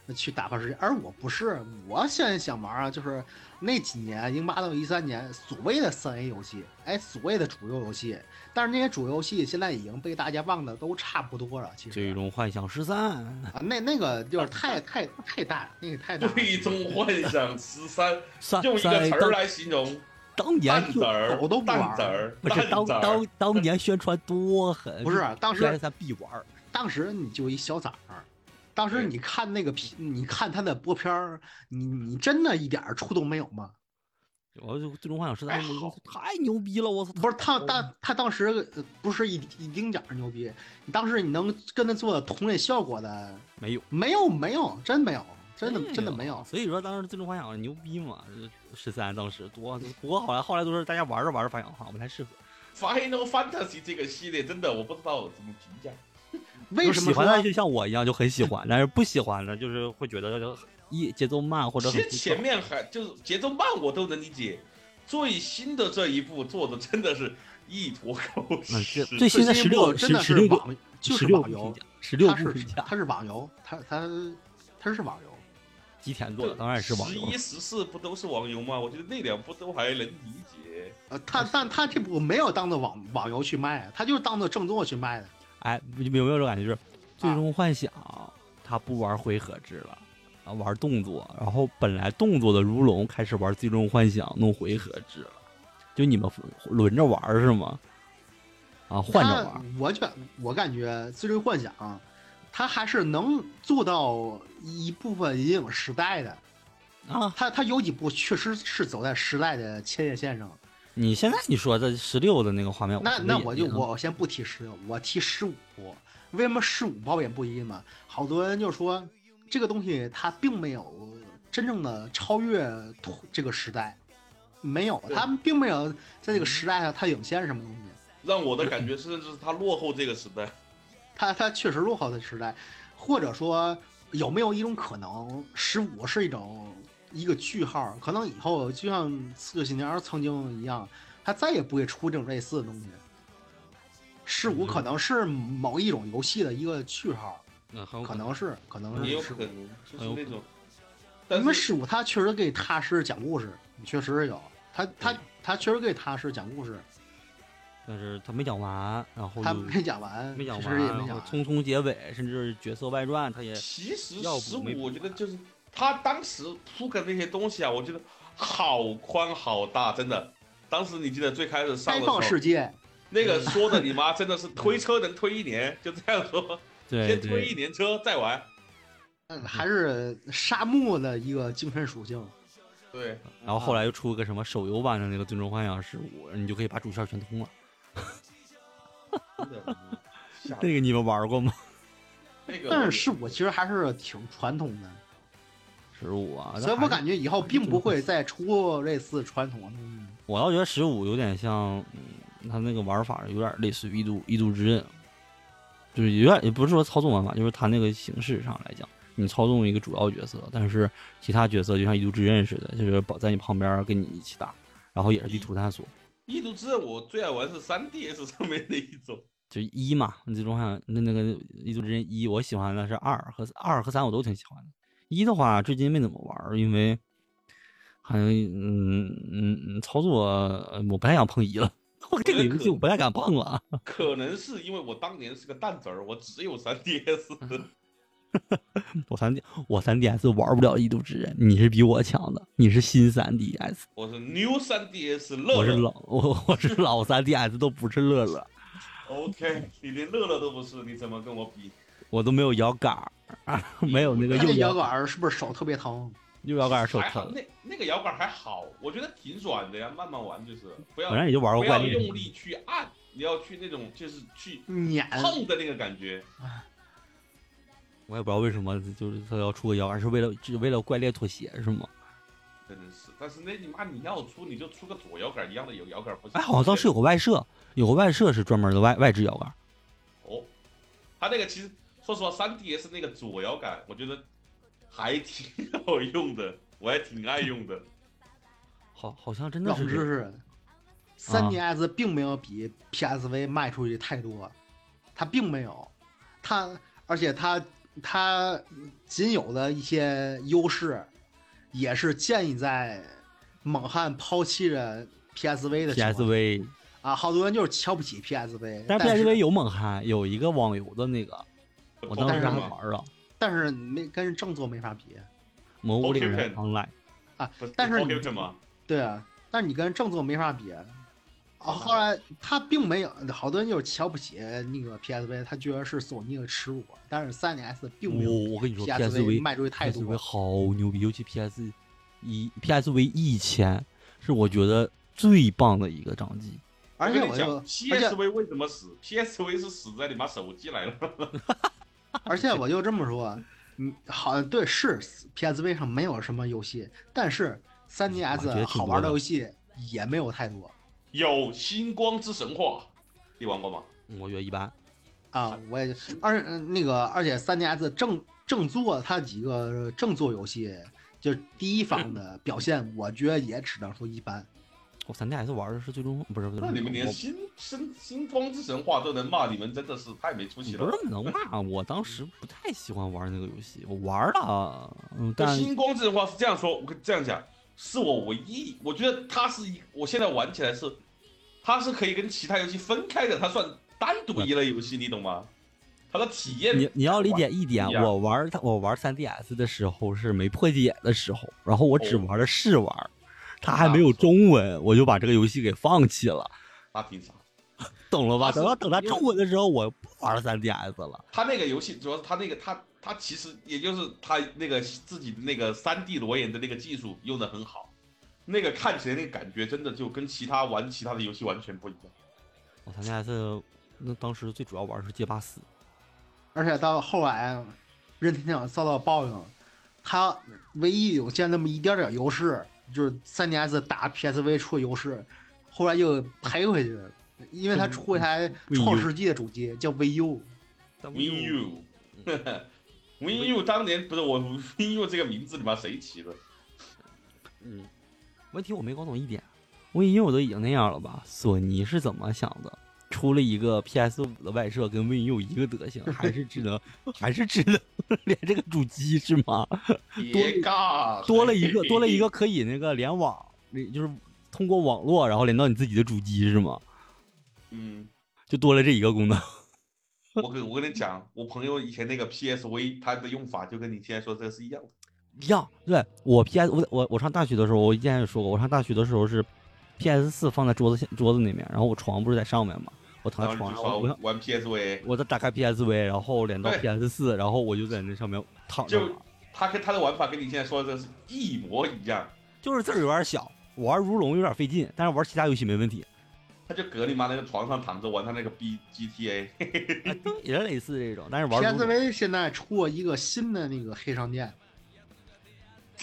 D: 呃去打发时间，而我不是，我现在想玩啊，就是那几年零八到一三年所谓的三 A 游戏，哎，所谓的主流游戏，但是那些主流游戏现在已经被大家忘的都差不多了，其
C: 最
D: 实
C: 终幻想十三，
D: 啊，那那个就是太太太大了，那个太大了，
E: 最终幻想十三，
C: 三
E: 用一个
C: 三
E: 词儿
C: 当
E: 来形容，
C: 当
E: 蛋
C: 年
E: 子
C: 就
E: 儿，
D: 我都不玩
E: 蛋子儿，
C: 不是
E: 蛋
C: 当
E: 子
C: 当
E: 儿，
C: 当年宣传多狠，
D: 不是当时
C: PS 三必玩儿，
D: 当时你就一小崽儿，当时
E: 对
D: 你看那个片，你看他的播片儿，你你真的一点儿触动没有吗？
C: 我就最终幻想十
D: 哎
C: 三，我就太牛逼了，我操！
D: 不是他当他当时呃不是一一丁点儿牛逼，你当时你能跟他做同类效果的
C: 没有，
D: 没有没有，真没有，真的真的没有。
C: 所以说当时最终幻想牛逼嘛，十三当时多多好来，后来都是大家玩着玩着发现哈不太适合，
E: Final Fantasy 这个系列真的我不知道怎么评价。
D: 为什
C: 就喜
D: 么
C: 欢的
D: 说
C: 就像我一样就很喜欢，但是不喜欢的就是会觉得就一节奏慢或者
E: 其
C: 很
E: 实前面还就是节奏慢我都能理解，最新的这一部做的真的是一坨狗
C: 嗯
E: 屎
C: 这。最新的
D: 这
C: 十
D: 一部
C: 六
D: 真
C: 十
D: 的
C: 十
D: 是
C: 六个
D: 网就是
C: 六
D: 网游，
C: 十六
D: 它
C: 部
D: 是
C: 评价
D: 它是网游，它它它是网游。
C: 吉田做的，当然是网游
E: 十一、十四不都是网游吗？我觉得那两部都还能理解。
D: 呃，他但他这部没有当做网网游去卖，他就是当做正作去卖的。
C: 哎，你有没有这种感觉？就是《最
D: 啊
C: 终幻想》他不玩回合制了，啊，玩动作。然后本来动作的如龙开始玩《最终幻想》，弄回合制了。就你们轮着玩是吗？啊，换着玩
D: 他。我觉我感觉《最终幻想》，它还是能做到一部分引领时代的。
C: 啊！
D: 它它有几部确实是走在时代的前沿线上。
C: 你现在你说的十六哦的那个画面，
D: 那
C: 觉得
D: 那
C: 也
D: 我就
C: 也
D: 我先不提十六，我提十五。为什么十五褒贬不一嘛？好多人就说这个东西它并没有真正的超越这个时代，没有，
E: 对
D: 他们并没有在这个时代上他领先什么东西。
E: 让我的感觉甚至是他落后这个时代。
D: 他他确实落后的时代，或者说有没有一种可能，十五是一种一个句号，可能以后就像《刺客信条》曾经一样，他再也不会出这种类似的东西。十五可能是某一种游戏的一个句号，
C: 嗯，很有
D: 可能是，可能
E: 也有
D: 是
E: 可
D: 十五。
E: 能就是
C: 有
E: 那
C: 可
E: 种，但
D: 因为
E: 是
D: 十五他确实给踏实讲故事，确实有他他他确实给踏实讲故事，
C: 但是他没讲完，然后
D: 他
C: 就
D: 没讲完，
C: 没讲
D: 其
C: 完，
D: 实也没
C: 然
D: 讲
C: 后匆
D: 完。
C: 匆结尾，甚至角色外传，他也
E: 其实
C: 要
E: 十
C: 不没
E: 五，我
C: 补
E: 觉得就是他当时铺梗那些东西啊，我觉得好宽好大，真的。当时你记得最开始上
D: 开
E: 的
D: 放
E: 时
D: 世
E: 候，
D: 界，
E: 那个说的你妈真的是推车能推一年，就这样说，
C: 对
E: 先推
C: 对，
E: 一年车再玩。
D: 嗯还是沙漠的一个精神属性。
E: 对，
C: 然后后来又出个什么手游版的那个《最终幻想十五》，你就可以把主线全通了。
E: 真的。吓
C: 那个你们玩过吗？
E: 那个，
D: 但是是我其实还是挺传统的，
C: 十五啊，
D: 所以我感觉以后并
C: 还是
D: 不会再出类似传统的东西。
C: 我倒觉得十五有点像，嗯，他那个玩法有点类似于一度一度之刃，就是有点也不是说操纵玩法，就是他那个形式上来讲，你操纵一个主要角色，但是其他角色就像一度之刃似的，就是保在你旁边跟你一起打，然后也是地图探索，
E: 异度之刃我最爱玩是三 DS 上面的一种，
C: 就一嘛，你最终像那那个一度之刃一，我喜欢的是二和二和三我都挺喜欢的，一的话至今没怎么玩儿，因为好像嗯嗯嗯操作呃我不太想碰一了， 我这个游戏我不太敢碰了 啊。
E: 可能是因为我当年是个蛋子儿，我只有三 DS。
C: 我三 D 我三 DS 玩不了《异度之刃》，你是比我强的，你是新三 DS，
E: 我是 New 三 DS 乐乐，
C: 我是老我我是老三 DS，都不是乐乐，
E: OK，你连乐乐都不是，你怎么跟我比？
C: 我都没有摇杆儿， 没有那个
D: 他
C: 右
D: 这摇
C: 摇
D: 杆儿是不是手特别疼？
C: 右摇杆儿手
E: 还好，
C: 疼。
E: 那那个摇杆还好，我觉得挺软的呀，慢慢玩就是，不要
C: 反正也就玩过
E: 不
C: 怪
E: 要
C: 力
E: 用力去按，你要去那种就是去
D: 碾
C: 嗯
E: 碰的那个感觉。
C: 我也不知道为什么，就是他要出个摇杆儿，是为了只为了怪猎妥协是吗？
E: 真的是，但是那你妈你要出你就出个左摇杆一样的有摇杆不行。
C: 哎，好像倒是有个外设，有个外设是专门的外外置摇杆儿，
E: 哦，他那个其实说实话，3 DS 那个左摇杆，我觉得还挺好用的，我还挺爱用的。
C: 好好像真的
D: 冷
C: 是啊
D: 知
C: 这
D: 识。三 DS 并没有比 PSV 卖出去太多，它并没有，它而且它它仅有的一些优势，也是建议在猛汉抛弃着 PSV 的情况下
C: PSV，
D: 啊，好多人就是瞧不起 PSV，
C: 但是
D: 是
C: PSV 有猛汉，有一个网游的那个， 我当时
D: 但
C: 还
E: 哦
D: 是
C: 玩儿了，
D: 但是没跟正作没法比，
C: 魔物猎
E: Pokemon
C: 人 Online。
E: 不是
D: 但是你
E: OK 什么？
D: 对啊，但是你跟正作没法比。哦，后来他并没有，好多人就是瞧不起那个 PSV，他觉得是索尼的耻辱。但是 3DS 并没
C: 我
D: 有
C: 哦我跟你说
D: PSV 卖出去太
C: PSV
D: 多，
C: 好牛逼，尤其 PS 一 PSV 一千是我觉得最棒的一个掌机。
D: 而且
E: 跟
D: 我
E: 你
D: 就
E: 讲
D: 而且
E: ，PSV 为什么死？PSV 是死在你妈手机来了。
D: 而且我就这么说，嗯，好对是 PSV 上没有什么游戏，但是
C: 我觉得
D: 3DS
C: 挺
D: 好
C: 多的
D: 玩的游戏也没有太多
E: 有《星光之神话》，你玩过吗？
C: 我觉得一般，
D: 啊。我也而嗯那个而且 3DS 正正作它几个呃正作游戏，就第一方的表现，我觉得也只能说一般。
C: 我三 DS 玩的是最终不是不是
E: 那你们连
C: 我
E: 新星星光之神话都能骂，你们真的是太没出息
C: 不
E: 了。
C: 是能 骂，啊我当时不太喜欢玩那个游戏，我玩了，嗯，
E: 那
C: 但
E: 星光之神话是这样说，我跟这样讲，是我唯一，我觉得它是一，我现在玩起来是，它是可以跟其他游戏分开的，它算单独一类游戏，你懂吗？它的体验
C: 嗯你你要理解一点
E: 不一，样
C: 我玩它，我玩三 DS 的时候是没破解的时候，然后我只
E: 哦
C: 玩了试玩，它还
E: 那
C: 没有
E: 不错
C: 中文，我就把这个游戏给放弃了。
E: 它啊挺傻。
C: 懂了吧？
E: 它是
C: 等到等它中文的时候，我不玩三 DS 了。
E: 它那个游戏主要是它那个它它其实也就是它那个自己的那个三 D 裸眼的那个技术用的很好，那个看起来那个感觉真的就跟其他玩其他的游戏完全不一样。
C: 我哦三 DS 那当时最主要玩的是街霸四，
D: 而且到后来，任天堂遭到报应，他唯一有见那么一点点优势，就是 3DS 打 PSV 出的优势，后来又赔回去了，因为它出嗯一台创世纪的主机叫 VU，
E: Win U。Win U 当年不是我 Win U 这个名字你妈谁起的？
C: 嗯，问题我没搞懂一点，Wii U 都已经那样了吧？索尼是怎么想的？出了一个 PS 五的外设，跟 Wii U 一个德行，还是只能 还是只能连这个主机是吗？
E: 别尬，
C: 多了一个多了一个可以那个联网，就是通过网络然后连到你自己的主机是吗？
E: 嗯。
C: 就多了这一个功能。
E: 我跟我跟你讲，我朋友以前那个 PSV，它的用法就跟你现在说这个是一样的。
C: 一样，对我 PS 我我我上大学的时候，我之前也说过，我上大学的时候是 PS 四放在桌子下桌子那边，然后我床不是在上面嘛，我躺
E: 然
C: 在
E: 后
C: 床
E: 哦你
C: 上，
E: 就
C: 我
E: 说
C: 我
E: 玩 PSV，
C: 我再打开 PSV，然后连到
E: 对
C: PS 四，然后我就在那上面躺着
E: 就
C: 玩，
E: 它跟它的玩法跟你现在说的这是一模一样，
C: 就是字儿有点小，玩如龙有点费劲，但是玩其他游戏没问题，
E: 他就搁你妈那个床上躺着玩他那个 B GTA，
C: 啊对也是类似这种，但是玩如龙
D: PSV 现在出了一个新的那个黑商 店，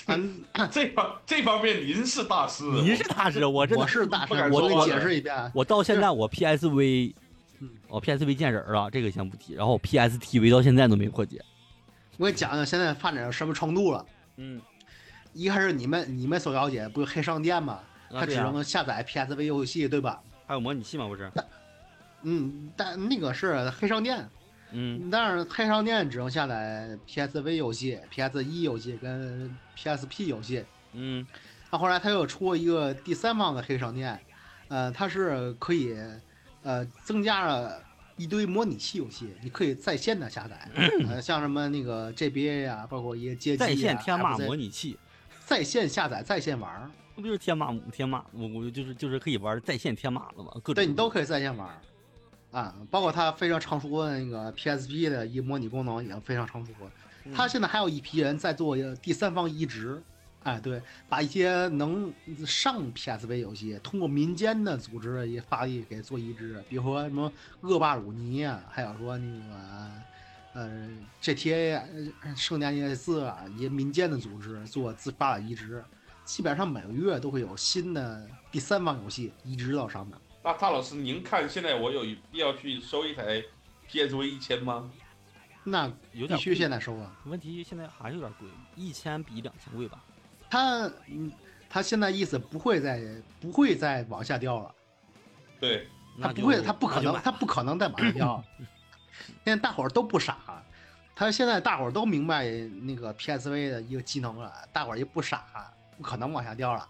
D: 嗯，
E: 这方这方面您是大师，
C: 你是大师，我真的
D: 我是大师，
E: 不敢
D: 我
E: 说
D: 给你
E: 话
D: 解
E: 了
D: 释一遍，啊
C: 我到现在我 PSV，
D: 嗯
C: 我 PSV 见人了，这个先不提，然后 PSTV 到现在都没破解，
D: 我给你讲讲现在发展到什么程度了。
C: 嗯，
D: 一开始你们你们所了解不是黑商店吗？它
C: 对
D: 只
C: 啊
D: 能下载 PSV 游戏，对吧？
C: 还有模拟器嘛，不是，
D: 嗯，但那个是黑商店，
C: 嗯
D: 但是黑商店只能下载 PSV 游戏、PS 一游戏跟 PSP 游戏。
C: 嗯。
D: 那后来它又出了一个第三方的黑商店，呃，它是可以呃增加了一堆模拟器游戏，你可以在线的 下载，呃，像什么那个 GBA 呀、包括一些街机、啊、
C: 在线天马
D: FC
C: 模拟器，
D: 在线下载、在线玩儿，
C: 那不就是天马天马？我我就是就是可以玩在线天马了嘛，各种
D: 对你都可以在线玩儿啊，包括它非常成熟的那个 PSP 的一模拟功能也非常成熟。它现在还有一批人在做第三方移植，哎，对，把一些能上 PSV 游戏通过民间的组织的一些发力给做移植，比如说什么恶霸鲁尼啊，还有说那个呃 GTA 呃圣诞夜四啊，一些民间的组织做自发的移植，基本上每个月都会有新的第三方游戏移植到上面。
E: 那大老师，您看现在我有必要去收一台 PSV 一千吗？
D: 那
C: 有
D: 必
C: 点
D: 须
C: 贵
D: 现在收啊！
C: 问题现在还是有点贵，一千比两千贵吧？
D: 他嗯，他现在意思不会再不会再往下掉了，
E: 对，
C: 那
D: 他不
C: 就
D: 会，他不可
C: 那就
D: 能，
C: 买
D: 他不可能再往下掉了。 现在大伙儿都不傻，他现在大伙儿都明白那个 PSV 的一个机能了，大伙儿也不傻，不可能往下掉了。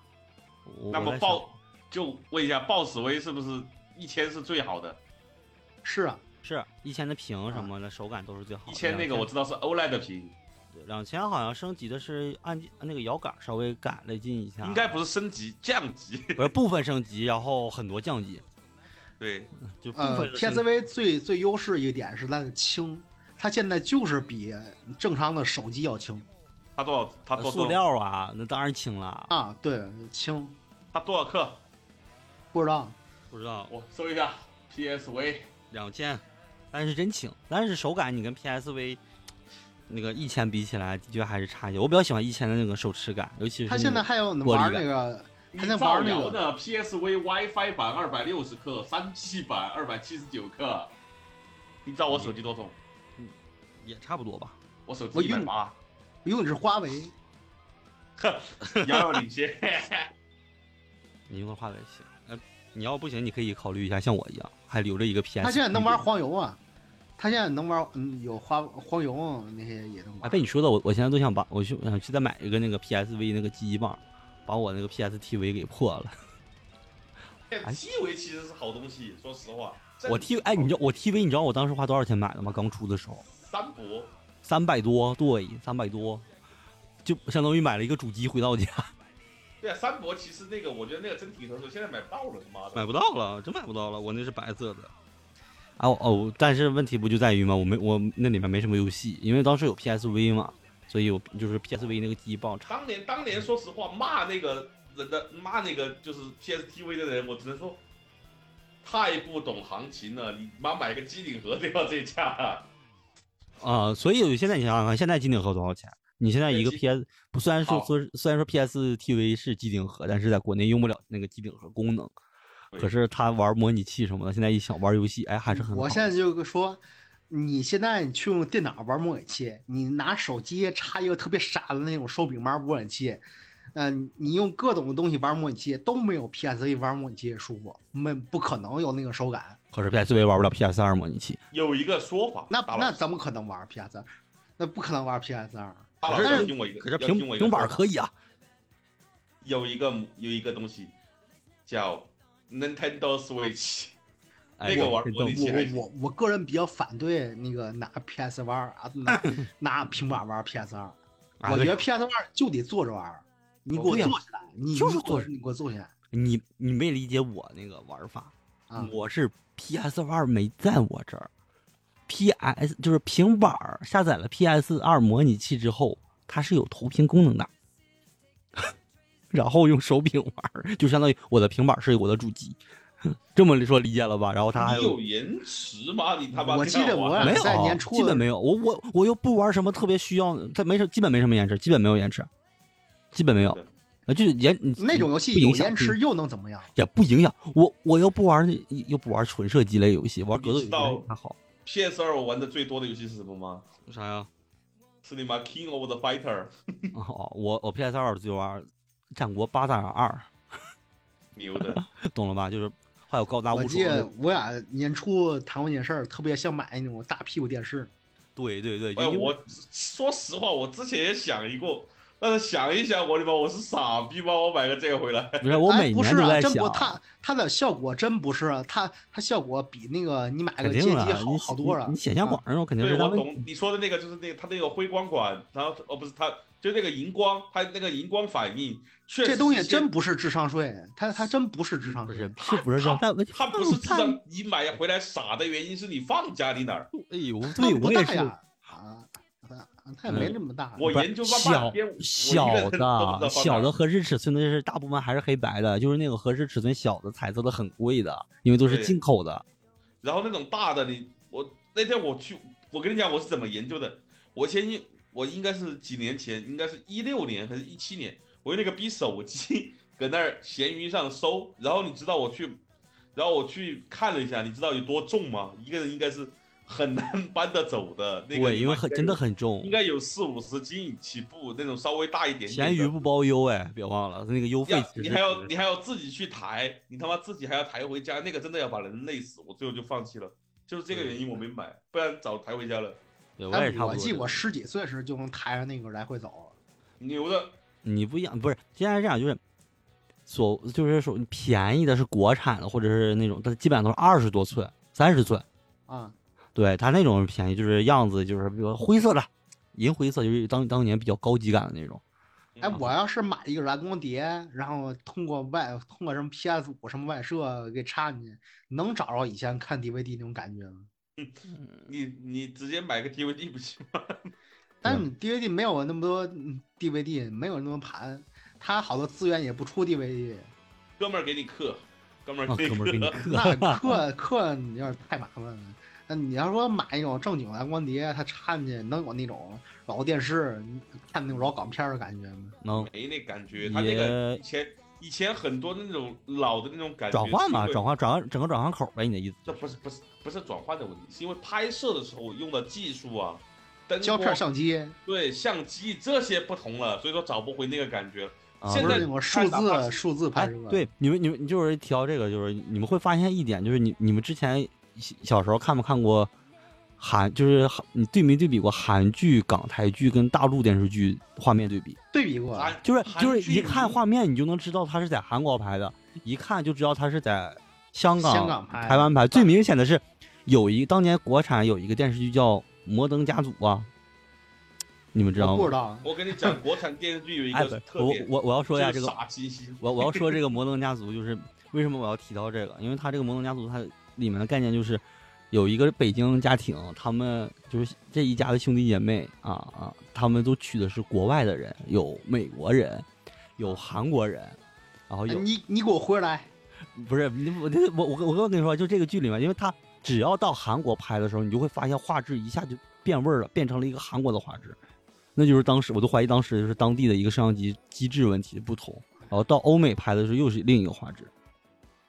C: 我
E: 那
C: 我
E: 么
C: 在
E: 暴
C: 想
E: 就问一下，暴死威是不是一千是最好的？
D: 是啊，
C: 是一千的屏什么的手感都是最好的。
E: 一千那个我知道是 OLED 的屏，
C: 两千好像升级的是按键那个摇杆稍微改了进一下，
E: 应该不是升级降级。
C: 不是部分升级，然后很多降级，
E: 对，
C: 就部
D: 呃
C: 分的升级
D: ，PSV 最最优势一点是它的轻，它现在就是比正常的手机要轻
E: 它多少？它多
C: 塑
E: 多？
C: 料啊，那当然轻了，
D: 啊，对，轻，
E: 它多少克？
D: 不知道
C: 不知道
E: 我搜一下 PSV。
C: 两千，但是真轻，但是手感你跟 PSV 那个一千比起来，的确还是差一些。我比较喜欢一千的那个手持感，尤其是
D: 他现在还有玩那个，
E: 你
D: 他在
E: 造
D: 玩那个。
E: 谣呢？PSV WiFi 版二百六十克，三 G 版二百七十九克。你知道我手机多重？
C: 也差不多吧。
E: 我手机
D: 我
E: 一百
D: 用
E: 八，
D: 用的是花为，
E: 遥遥领先。
C: 你用的话也行，呃，你要不行，你可以考虑一下像我一样，还留着一个 PS。
D: 他现在能玩黄油啊，他现在能玩嗯有花黄油那些也能
C: 哎，
D: 玩。
C: 被你说的，我我现在都想把我去呃想去再买一个那个 PSV 那个记忆棒，把我那个 PSTV 给破了。
E: T 为其实是好东西，说实话。真
C: 我 T 哎，你知道我 TV 你知道我当时花多少钱买的吗？刚出的时候，
E: 三博，
C: 三百多，对，三百多，就相当于买了一个主机回到家，
E: 对啊，三博其实那个，我觉得那个真挺成熟，现在买不到了，他妈的。
C: 买不到了，真买不到了，我那是白色的。 哦哦，但是问题不就在于嘛，我没我那里面没什么游戏，因为当时有 PSV 嘛，所以我就是 PSV 那个记忆棒插。
E: 当年当年，说实话，骂那个人的骂那个就是 PSTV 的人，我只能说太不懂行情了。你妈买个机顶盒都要这价，
C: 呃啊、所以现在你想想看，现在机顶盒多少钱？你现在一个
E: 对
C: PS 不虽然说
E: 好
C: 说虽然说 PSTV 是机顶盒，但是在国内用不了那个机顶盒功能。
E: 对
C: 可是他玩模拟器什么的，现在一想玩游戏，哎，还是很好。
D: 嗯我现在就说，你现在你去用电脑玩模拟器，你拿手机插一个特别傻的那种手柄玩模拟器，嗯、你用各种东西玩模拟器都没有 PSV 玩模拟器舒服，没不可能有那个手感。
C: 可是 PSV 玩不了 PS 二模拟器，
E: 有一个说法，
D: 那
E: 大老
D: 那
E: 师
D: 怎么可能玩 PS？那不可能玩 PS 二。
E: 大老
C: 可是
E: 师听我一个，
C: 可是
E: 要
C: 平
E: 听我一个
C: 平板
E: 说
C: 儿
E: 法
C: 可以啊。
E: 有一个有一个东西叫 Nintendo Switch，
C: 哎
E: 那个
C: 我
E: 玩
C: 这
E: 模拟
C: 都
E: 器还
D: 我
E: 行
D: 我我个人比较反对那个拿 PS 玩儿啊， 拿拿平板玩 PS 二。
C: 啊
D: 我
C: 对
D: 觉得 PS 二就得坐着玩儿，你给我
C: 对呀
D: 坐下来，你
C: 就是
D: 你给我
C: 坐着
D: 你给我坐下来
C: 你你没理解我那个玩法，
D: 啊！
C: 我是 PS 二没在我这儿，PS 就是平板儿下载了 PS 二模拟器之后，它是有投屏功能的， 然后用手柄玩儿，就相当于我的平板儿是我的主机，这么说理解了吧？然后它还
E: 你有延迟吗？你他妈
D: 我
E: 这样
D: 记得我
E: 玩
D: 俩
C: 没
D: 在
C: 有
D: 年初的
C: 基本没有，我我我又不玩什么特别需要，它没什基本没什么延迟，基本没有延迟，基本没有
E: 对，
C: 啊，就是延
D: 那种游戏
C: 不
D: 有
C: 影响嗯啊
D: 延迟又能怎么样？
C: 也不影响我，我又不玩又不玩纯射击类游戏，玩格斗游
E: 你知
C: 戏
E: 道
C: 还 好。
E: PS 二我玩的最多的游戏是什么吗？
C: 啥呀？
E: 是你妈 King of the Fighter，
C: 哦，我我 PS 二就玩《战国八大二
E: 牛 的。》，哎
C: 懂了吧？就是还有高达
D: 我
C: 无
D: 记
C: 双
D: 得
C: 的。
D: 我俩年初谈过一件事儿，特别想买那种大屁股电视。
C: 对对对，
E: 哎，
C: 因为
E: 我说实话，我之前也想一过，但是想一想，我他妈我是傻逼吗？我买个这个回来，
C: 不是我
D: 哎
C: 每
D: 不
C: 年
D: 是
C: 都
D: 啊，
C: 在
D: 真不，
C: 想，
D: 它它的效果真不是啊，它它效果比那个你买个
C: 肯
D: 街
C: 定
D: 机
C: 了，
D: 好
C: 你
D: 好多啊了
C: 你。显像管那种肯定
E: 对
C: 是
E: 我
C: 单位
E: 懂你说的那个，就是那个它那个辉光管，然后哦不是它，就那个荧光，它那个荧光反应，确实
D: 这东西
E: 是
D: 真不是智商税，它它真不是智商
C: 不
D: 税
C: 是。是不是这样？但
E: 它不是智商，你买回来傻的原因是你放家里哪儿？
C: 哎呦，
D: 那
C: 对
D: 不
C: 我
D: 大
C: 也是。嗯
D: 呀啊，它也没那么大。
E: 我
C: 不是
E: 研究了半
C: 小
E: 天，我一个
C: 小
E: 人都不知道
C: 的
E: 放
C: 小
E: 哪
C: 的
E: 儿
C: 合适尺寸的是大部分还是黑白的，就是那个合适尺寸小的彩色的很贵的，因为都是
E: 对
C: 进口的。
E: 然后那种大的你，我那天我去，我跟你讲我是怎么研究的。我前一我应该是几年前，应该是一六年还是一七年，我用那个逼手机搁那儿闲鱼上搜，然后你知道我去，然后我去看了一下，你知道有多重吗？一个人应该是很难搬得走的那个，
C: 对，因为很真的很重
E: 应。该有四五十斤起步那种稍微大一点点
C: 闲
E: 的。
C: 鱼不包邮哎，别忘了那个邮费
E: 要
C: 其
E: 你
C: 实
E: 还要
C: 是
E: 你还要自己去抬，你他妈自己还要抬回家，那个真的要把人累死。我最后就放弃了，就是这个原因我没买，不然早抬回家了。
C: 对我
D: 哎
E: 啊
C: 也差不
D: 我
C: 多这
D: 记
C: 个。
D: 我十几岁时就能抬着那个来回走，
E: 牛的，
C: 你不一样，不是现在是这样，就是所就是说便宜的是国产的，或者是那种，它基本上都是二十多寸、三十寸，
D: 啊，
C: 对它那种是便宜，就是样子就是比如说灰色的，银灰色，就是当当年比较高级感的那种。
D: 哎，
C: 嗯
E: 嗯
D: 我要是买一个蓝光碟，然后通过外通过什么 PS 五什么外设给插进去，能找着以前看 DVD 那种感觉吗？
E: 你你直接买个 DVD 不行吗？
D: 但
C: 嗯
D: 是你 DVD 没有那么多嗯 DVD，没有那么多盘，它好多资源也不出 DVD，
E: 哥们儿给你刻，哥们
C: 啊，
E: 儿给
C: 哥们儿给
E: 你
C: 你
E: 刻。
C: 刻，
D: 那刻刻你要是太麻烦了。那你要说买一种正经蓝光碟，它插进去能有那种老电视看那种老港片儿的感觉吗？
C: 能
E: 没那感觉，他那个以前以前很多那种老的那种感觉，
C: 转换嘛？
E: 是因为
C: 转换转换整个转换口呗？你的意思？
E: 这不是不是不是转换的问题，是因为拍摄的时候用的技术啊，灯
D: 胶片
E: 光
D: 相机
E: 对相机这些不同了，所以说找不回那个感觉了。
C: 啊
E: 现
D: 不
E: 在
D: 是那种数字数字拍
C: 哎
D: 摄，，
C: 对，你们你们就是提到这个，就是你们会发现一点，就是你你们之前小小时候看没看过韩，就是韩你对没对比过韩剧、港台剧跟大陆电视剧画面对比？
D: 对比过，
E: 韩
C: 就是
E: 韩
C: 就是
E: 剧
C: 一看画面你就能知道它是在韩国拍的，一看就知道它是在香港、
D: 香港拍的
C: 台湾拍。最明显的是，有一当年国产有一个电视剧叫《摩登家族》啊，你们知道
D: 我
C: 吗？
D: 不知道。
E: 我跟你讲，国产电视剧有哦一
C: 哎，
E: 个
C: 不
E: 特
C: 我
E: 点，
C: 我我要说一下
E: 就
C: 这
E: 是
C: 个
E: 傻兮兮。
C: 我我要说这个《摩登家族》，就是为什么我要提到这个？因为它这个《摩登家族》它里面的概念就是有一个北京家庭，他们就是这一家的兄弟姐妹啊啊，他们都娶的是国外的人，有美国人，有韩国人，然后
D: 哎
C: 有
D: 你你给我回来，
C: 不是你我我我我跟你说，就这个剧里面，因为他只要到韩国拍的时候，你就会发现画质一下就变味儿了，变成了一个韩国的画质。那就是当时我都怀疑当时就是当地的一个摄像机机制问题不同，然后到欧美拍的时候又是另一个画质，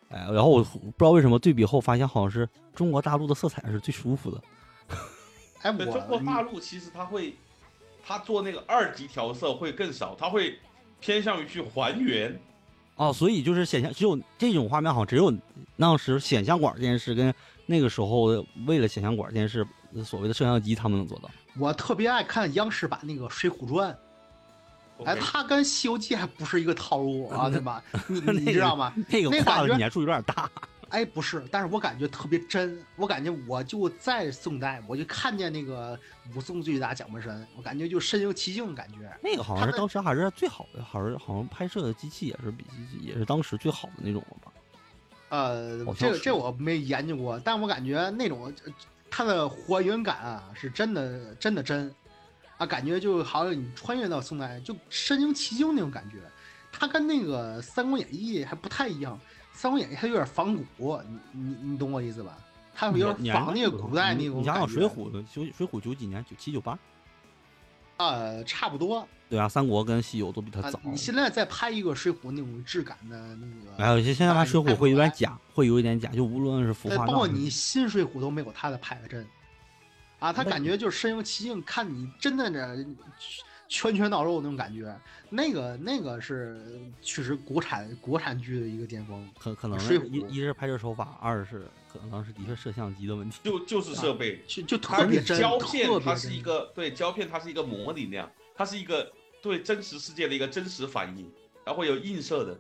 C: 哎，然后我不知道为什么对比后发现好像是中国大陆的色彩是最舒服的，
D: 哎，
E: 对中国
D: 我
E: 大陆其实它会，它做那个二级调色会更少，它会偏向于去还原。
C: 哦，所以就是显像，只有这种画面好像只有当时显像管这件事跟那个时候为了显像管这件事，所谓的摄像机他们能做到。
D: 我特别爱看央视版那个《水浒传》，哎，
E: OK
D: 它跟《西游记》还不是一个套路啊，对吧？你 你
C: 那
D: 知
C: 个
D: 道吗？
C: 那个
D: 那
C: 跨
D: 感
C: 的
D: 觉
C: 年数有点大，
D: 哎，不是，但是我感觉特别真，我感觉我就在宋代，我就看见那个武松醉打蒋门神，我感觉就身临其境的感觉。
C: 那个好像是当时还是最好的，好像好像拍摄的机器也是比也是当时最好的那种了吧？
D: 呃
C: 好，像
D: 这个
C: 是
D: 这我没研究过，但我感觉那种呃它的还原感啊，是真的真的真啊，感觉就好像你穿越到宋代，就身临其境那种感觉。它跟那个《三国演义》还不太一样，《三国演义》它有点仿古，你你你懂我意思吧？它有
C: 你
D: 点仿那个古代那种
C: 你想想
D: 感
C: 《水
D: 觉
C: 浒》的，水水浒九几年？九七九八？
D: 啊，差不多
C: 对啊，三国跟西游都比它
D: 啊
C: 早。。
D: 你现在再拍一个《水浒》那种质感的那个，
C: 哎，我觉得现在拍《水浒》会有点假，会有一点假，就无论是服
D: 对，
C: 化
D: 包
C: 道，
D: 括你新水浒都没有他的拍的真，啊，他
C: 那
D: 感觉就是身临其境，看你真的这拳拳到肉那种感觉，那个那个是确实国产国产剧的一个巅峰。
C: 可可能
D: 水
C: 是一
D: 浒
C: 一是拍摄手法，二是可能是的确摄像机的问题。
E: 就就是设备，
D: 就就
E: 它
D: 特别
E: 是
D: 真，
E: 胶片
D: 特，别
E: 它是一
D: 真。
E: 个对胶片，它是一个模拟那样，它是一个对真实世界的一个真实反应，然后有映射的。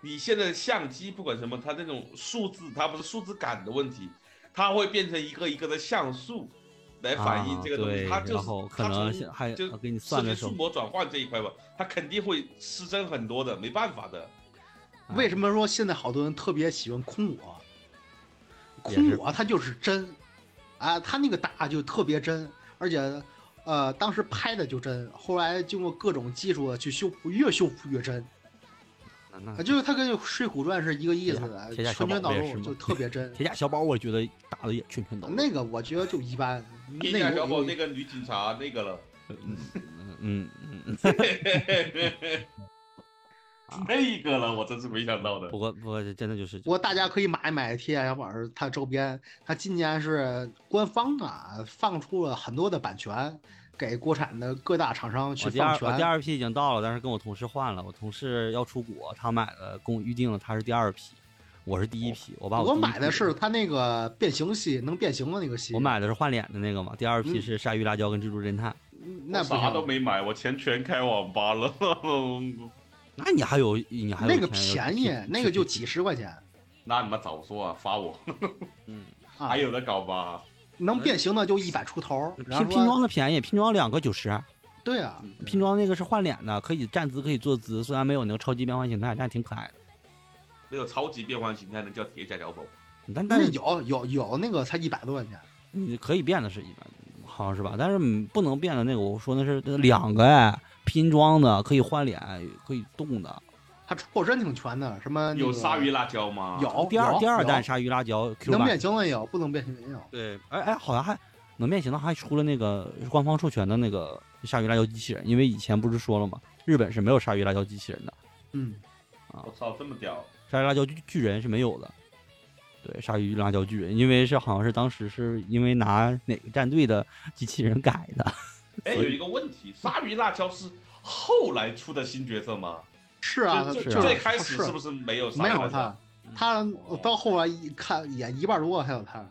E: 你现在相机不管什么，它那种数字，它不是数字感的问题，它会变成一个一个的像素来反映这个东西，
C: 啊对
E: 它就
C: 然
E: 是
C: 后可
E: 它
C: 能
E: 从
C: 还
E: 就
C: 还给你算
E: 视
C: 的
E: 觉
C: 时候
E: 数模转换这一块吧，它肯定会失真很多的，没办法的。
C: 啊
D: 为什么说现在好多人特别喜欢空我？
C: 也
D: 空
C: 是
D: 我它就是真，啊，他那个打就特别真，而且，呃，当时拍的就真，后来经过各种技术的去修复，越修复越真。
C: 那那
D: 啊，就是它跟《水浒传》是一个意
C: 铁
D: 思
C: 甲
D: 的，
C: 铁甲小
D: 拳拳
C: 宝
D: 到
C: 贝
D: 肉
C: 是吗
D: 就特 别真。
C: 铁甲小宝，我觉得打的也拳拳到肉。
D: 那个我觉得就一般，
E: 一
D: 那
E: 下
D: 个
E: 小
D: 我
E: 宝那个女警察那个了，
C: 嗯嗯嗯，啊
E: 那个了，我真是没想到的
C: 不。过不过这真的就是
D: 不过大家可以买一买铁甲小宝儿它周边，它今年是官方啊放出了很多的版权给国产的各大厂商去
C: 我第二
D: 放
C: 我第
D: 权。
C: 二批已经到了，但是跟我同事换了，我同事要出国，他买了，跟我预定了，他是第二批，我是第一批，我把
D: 哦
C: 第
D: 我
C: 一批
D: 买的是它那个变形系，能变形的那个系。
C: 我买的是换脸的那个嘛，第二
D: 嗯
C: 批是鲨鱼辣椒跟蜘蛛侦探，
D: 那
E: 我
D: 不
E: 啥
D: 行
E: 都没买，我钱全开网吧了。
C: 那你还有你还有
D: 那个
C: 钱要
D: 便
C: 去
D: 宜
C: 去，
D: 那个就
C: 去
D: 几十块钱
E: 那你们早说啊，发我，
C: 嗯，
D: 啊
E: 还，有的搞吧。
D: 能变形的就一百出头。然
C: 拼拼
D: 后说
C: 装的便宜，拼装两个九十，
D: 对啊，
E: 嗯
C: 拼装那个是换脸的，可以站姿可以坐姿，虽然没有那个超级变换形态，但挺可爱的。
E: 没有超级变换形态的叫铁甲小宝，
C: 但但
D: 那
C: 是
D: 有有有那个才一百多块钱。
C: 你可以变的是一般，好像是吧？但是嗯不能变的那个，我说那是两个哎，拼装的可以换脸，可以动的。
D: 它出身挺全的，什么那
E: 有
D: 个
E: 鲨鱼辣椒吗？
D: 有
C: 啊第二
D: 有
C: 第二代
D: 有
C: 鲨鱼辣椒 Q
D: 能变
C: 版，
D: 形的也有，不能变形的也有。
C: 对，哎哎，好像还能变形的，还出了那个官方授权的那个鲨鱼辣椒机器人，因为以前不是说了吗？日本是没有鲨鱼辣椒机器人的，
D: 嗯，
E: 我操，这么屌！
C: 鲨鱼辣椒巨巨人是没有的。对，鲨鱼辣椒巨人，因为是好像是当时是因为拿哪个战队的机器人改的，
E: 哎，
C: 所以
E: 有一个问题，鲨鱼辣椒是后来出的新角色吗？
D: 是啊，
E: 就
D: 就
E: 就
C: 啊
D: 是
E: 最开始
D: 是
E: 是不是没有鲨
D: 没
E: 鱼辣
D: 有
E: 椒？
D: 他？他到后来一看演一半多才有他。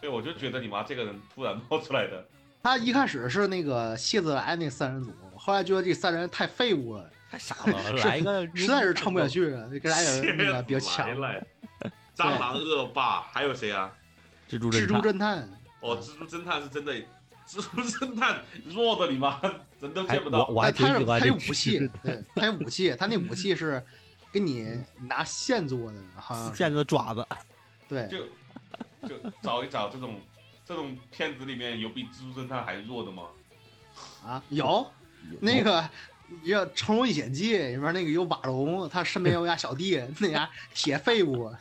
E: 对，我就觉得你妈这个人突然冒出来 的，
D: 他一开始是那个谢子来那三人组，后来觉得这三人太废物了，
C: 太傻了，来一个
D: 实在是撑不下去了，就给大家
E: 谢
D: 人那 个比较
E: 来
D: 强。
E: 了。 蟑螂恶霸，还有谁啊？
C: 蜘蛛侦
D: 蜘蛛
C: 探。
D: 侦探，
E: 哦，蜘蛛侦探是真的， 蜘蛛侦探弱的你妈人都
C: 哎
E: 见不
C: 我
E: 到。
C: 我还挺
D: 他
C: 喜
D: 是
C: 欢
D: 他
C: 这
D: 有
C: 个
D: 武器，对，他有武器，他那武器是给你拿线做的，好像是
C: 现在的爪子，
D: 对。
E: 就就找一找这种这种片子里面有比蜘蛛侦探还弱的吗？
D: 啊，有那个叫《成龙历险记》里面那个有瓦龙，他身 边有俩小弟，那俩铁废物，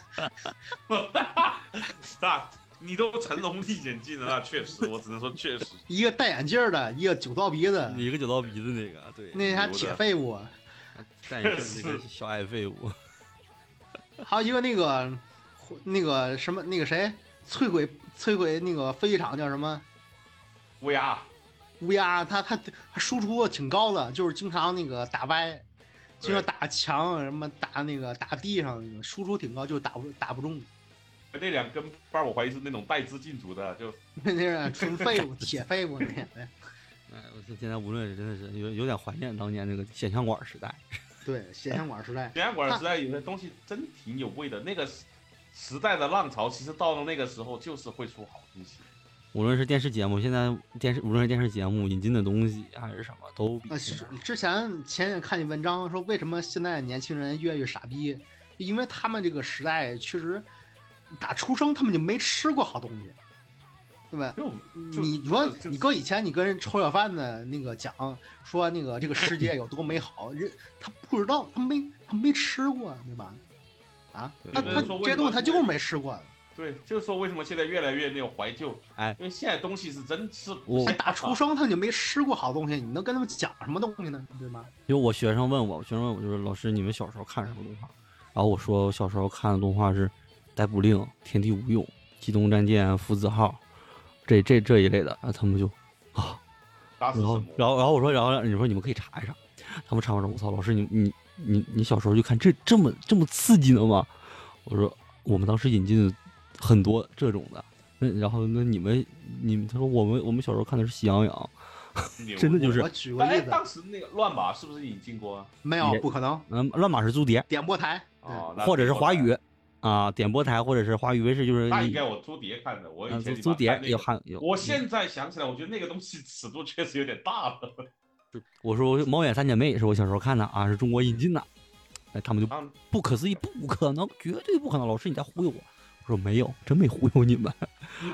E: 那你都成龙历险记了，那确实，我只能说确实。
D: 一个戴眼镜儿的，一个酒糟鼻子，
C: 一个酒糟鼻子那个，对，
D: 那还铁肺部，
C: 但是那个小矮废 物，
D: 还有一个那个那个什么那个谁摧毁摧毁那个飞机场叫什么
E: 乌鸦，
D: 乌鸦，他他他输出挺高的，就是经常那个打歪，经常打墙什么打那个打地上，输出挺高，就打不打不中。
E: 那两根棒儿我怀疑是那种带资进组的，就
D: 那是纯废物，铁废物那个。
C: 哎，我是现在无论是真的是有有点怀念当年那个显像管时代，
D: 对，显像管时代，
E: 显像管时代有些东西真挺有味的。那个时时代的浪潮，其实到了那个时候就是会出好东西。
C: 无论是电视节目，现在电视无论是电视节目引进的东西还是什么，都比
D: 啊，
C: 现
D: 是
C: 在
D: 之前前也看见文章说，为什么现在年轻人越来越傻逼？因为他们这个时代确实，打出生他们就没吃过好东西，对吧？
E: 就
C: 嗯
E: 就
D: 你说
E: 就
D: 你搁以前你跟人抽小贩子那个讲说那个这个世界有多美好，人他不知道，他没他没吃过，对吧？啊，
C: 对
D: 他
C: 有
D: 他
E: 人说
D: 这
E: 为
D: 些
E: 什
D: 东
E: 么
D: 西他就是没吃过，
E: 对，就是说为什么现在越来越那种怀旧？
C: 哎
E: 因为现在东西是真吃不
C: 我
E: 下
D: 打出生他们就没吃过好东西，你能跟他们讲什么东西呢？对吗？
C: 因为我学生问我，学生问我就是老师，你们小时候看什么动画？然后我说我小时候看的动画是《逮捕令》《天地无用》《机动战舰父子号》这这这一类的，然后他们就啊，
E: 打死
C: 然
E: 什
C: 后
E: 么？
C: 然后然后我说，然后你说你们可以查一查，他们查完说，我操，老师你你你你小时候就看这这么这么刺激的吗？我说我们当时引进很多这种的，那然后那你们你们他说我们我们小时候看的是《喜羊羊》，
E: 牛
C: 真的就是
D: 我举个
E: 哎，
D: 例子，
E: 当时那个乱码是不是引进过啊？
D: 没有
C: 也
D: 不可能，
C: 嗯，乱码是租碟，
D: 点播台，对
E: 哦，那
C: 或者是
E: 不错
C: 华
E: 的
C: 语。啊，点播台或者是华语卫视，就是
E: 那应该我租碟看的，我
C: 啊
E: 以
C: 租
E: 前你
C: 租
E: 妈
C: 碟
E: 看那
C: 有
E: 个
C: 汉有。嗯
E: 我现在想起来，我觉得那个东西尺度确实有点大了。
C: 我说《猫眼三姐妹》也是我小时候看的啊，是中国引进的。哎，他们就
E: 啊，
C: 不可思议，不可能，绝对不可能！老师你在忽悠我。我说没有，真没忽悠你们。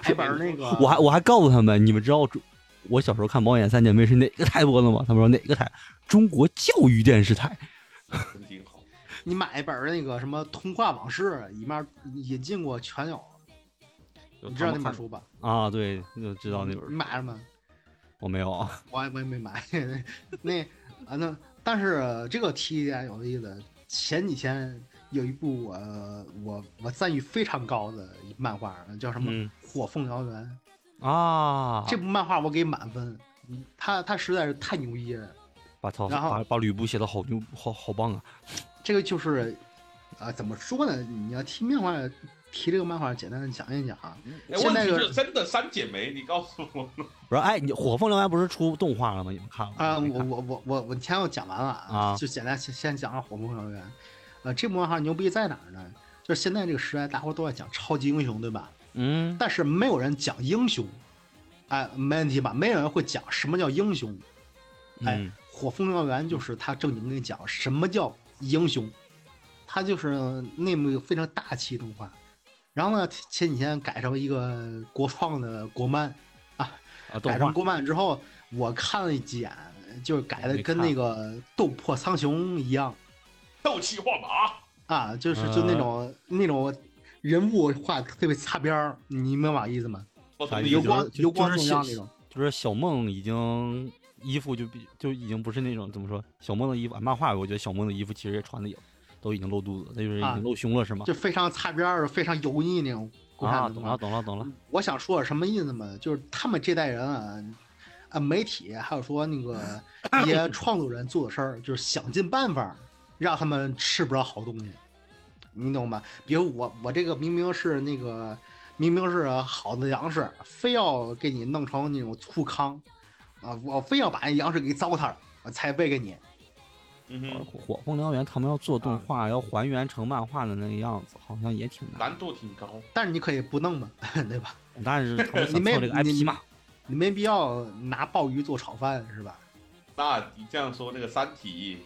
D: 剧本那个
C: 我还我还告诉他们，你们知道中我小时候看《猫眼三姐妹》是哪个台播的吗？他们说哪个台？中国教育电视台。
E: 真挺好。
D: 你买一本那个什么《童话往事》，里面引进过全有，你知道那本书吧？
C: 啊？对，就知道那本书。
D: 你买了吗？
C: 我没有啊。
D: 我也我也没买。 那啊那，但是这个提一点有意思。前几天有一部我我我赞誉非常高的一漫画，叫什么《
C: 嗯
D: 火凤燎原》。
C: 啊，
D: 这部漫画我给满分，嗯它它实在是太牛逼了。
C: 把操，
D: 然后
C: 把把吕布写的好牛，好好棒啊！
D: 这个就是啊、怎么说呢？你要提漫画，提这个漫画，简单的讲一讲啊。
E: 哎，
D: 现
E: 问
D: 在
E: 题
D: 就
E: 就是真的三姐妹，你告诉我，
C: 我说，哎，你《火凤燎原》不是出动画了吗？你们看了吗？
D: 啊，
C: 没
D: 我
C: 看
D: 我我我我前我讲完了
C: 啊
D: 就简单先先讲了《火凤燎原》。呃，这部漫画牛逼在哪儿呢？就是现在这个时代，大伙儿都在讲超级英雄，对吧？
C: 嗯，
D: 但是没有人讲英雄，哎，没问题吧？没有人会讲什么叫英雄。哎，
C: 嗯
D: 火凤燎原》就是他正经给你讲什么叫英雄，他就是那么非常大气动画。然后呢，前几天改成一个国创的国漫，
C: 啊，动
D: 改
C: 画
D: 成国漫之后，我看了几眼，就是改的
C: 没
D: 跟
C: 看
D: 那个《斗破苍穹》一样
E: 斗气换马，
D: 啊，就是就那
C: 呃
D: 种、那种人物画特别擦边儿，你明白我意思吗？
E: 我
C: 啥
E: 懂
C: 意
E: 你
C: 思
D: 油
E: 有
C: 就是
D: 光
C: 就
D: 油光
C: 就是
D: 重要
C: 现
D: 那种。
C: 就是小梦已经衣服就比就已经不是那种怎么说小梦的衣服，啊、漫画我觉得小梦的衣服其实也穿的有都已经露肚子，那就是已
D: 啊
C: 经露胸了是吗？
D: 就非常擦边儿、非常油腻那种国
C: 啊，
D: 产的
C: 懂
D: 嘛。
C: 了懂了懂了，
D: 我想说什么意思嘛？就是他们这代人啊，啊，媒体还有说那个一些创作人做的事儿，就是想尽办法让他们吃不着好东西，你懂吗？比如我我这个明明是那个明明是好的粮食，非要给你弄成那种粗糠，啊，我非要把那粮食给糟蹋了，我才喂给你。
E: 嗯哼，
C: 火火凤燎原他们要做动画，要还原成漫画的那个样子，好像也挺难，
E: 难度挺高。
D: 但是你可以不弄嘛， 对吧？
C: 但是他们
D: 你
C: 想
D: 没
C: 做这个 IP 嘛，
D: 你没必要拿鲍鱼做炒饭是吧？
E: 那你这样说，那个《三体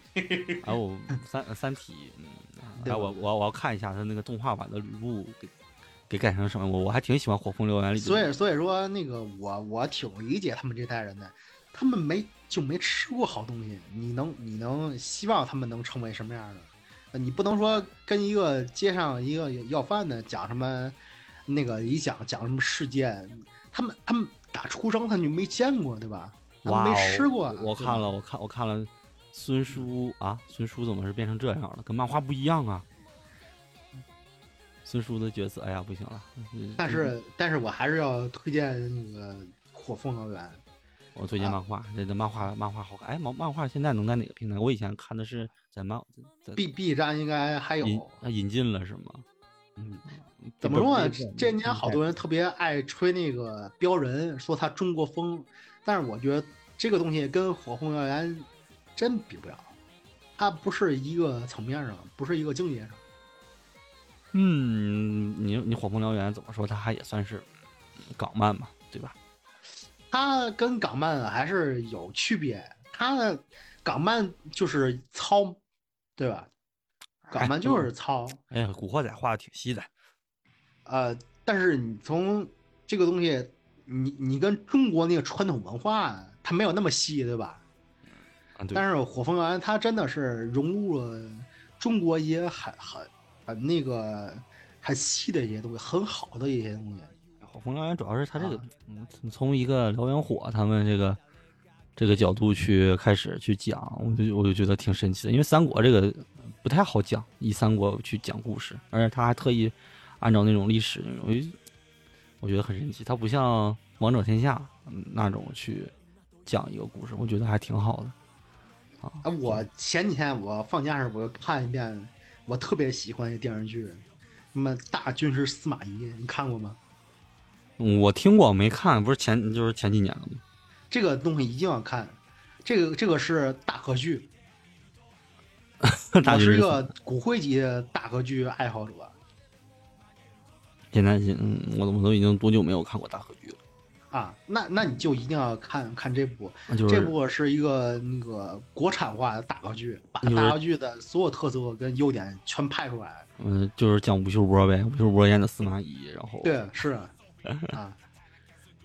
C: 哎我三三体，嗯，
D: 对
C: 哎
D: 吧
C: 我我我要看一下他那个动画版的吕布给给改成什么，我我还挺喜欢火凤燎原里的，
D: 所以所以说那个我我挺理解他们这代人的，他们没就没吃过好东西，你能你能希望他们能成为什么样的？呃你不能说跟一个街上一个要饭的讲什么，那个一讲讲什么世界，他们他们打出生他们就没见过，对吧？他们
C: 哇
D: 没
C: 哦，
D: 吃过。啊
C: 我
D: 对
C: 看
D: 吧
C: 了，我看我看了，
D: 嗯
C: 孙叔啊，孙叔怎么是变成这样了？跟漫画不一样啊。孙叔的角色，哎呀，不行了。嗯
D: 但是但是我还是要推荐那个《火凤燎原》，
C: 我推荐
D: 啊
C: 漫画，这这漫画漫画好看。哎，漫漫画现在能在哪个平台？我以前看的是在漫在
D: B B 站应该还有。
C: 引啊引进了是吗？
H: 嗯，
D: 怎么说啊？这
H: 你
D: 年好多人特别爱吹那个标人，说他中国风，但是我觉得这个东西跟《火凤燎原》真比不了，它不是一个层面上，不是一个境界上。
C: 嗯，你你火凤燎原怎么说？它也算是港漫嘛，对吧？
D: 它跟港漫还是有区别，它的港漫就是糙，对吧？港漫就是糙，
C: 哎呀，古惑仔画的挺细的。
D: 呃，但是你从这个东西，你你跟中国那个传统文化，它没有那么细，对吧？
C: 啊，对，
D: 但是《火凤燎原》它真的是融入了中国一些很很很那个很细的一些东西，很好的一些东西。
C: 火凤燎原主要是它这个
D: 啊，
C: 嗯，从一个燎原火他们这个这个角度去开始去讲，我就我就觉得挺神奇的，因为三国这个不太好讲，以三国去讲故事，而且他还特意按照那种历史那种，我就我觉得很神奇，它不像王者天下嗯那种去讲一个故事，我觉得还挺好的。
D: 啊，我前几天我放假时我又看一遍，我特别喜欢一电视剧，什么《大军师司马懿》，你看过吗？
C: 嗯我听过没看，不是前就是前几年了吗？
D: 这个东西一定要看，这个这个是大河 剧，
C: 大
D: 我
C: 军
D: 是
C: 师
D: 一个骨灰级的大河剧爱好者。
C: 简单性，嗯，我都我都已经多久没有看过大合剧了？
D: 啊，那那你就一定要看看这部，
C: 那就是
D: 这部是一个那个国产化的大合剧，把
C: 就是
D: 大合剧的所有特色跟优点全拍出来。
C: 嗯，就是讲吴秀波呗，吴秀波演的司马懿，然后
D: 对，是啊，
C: 然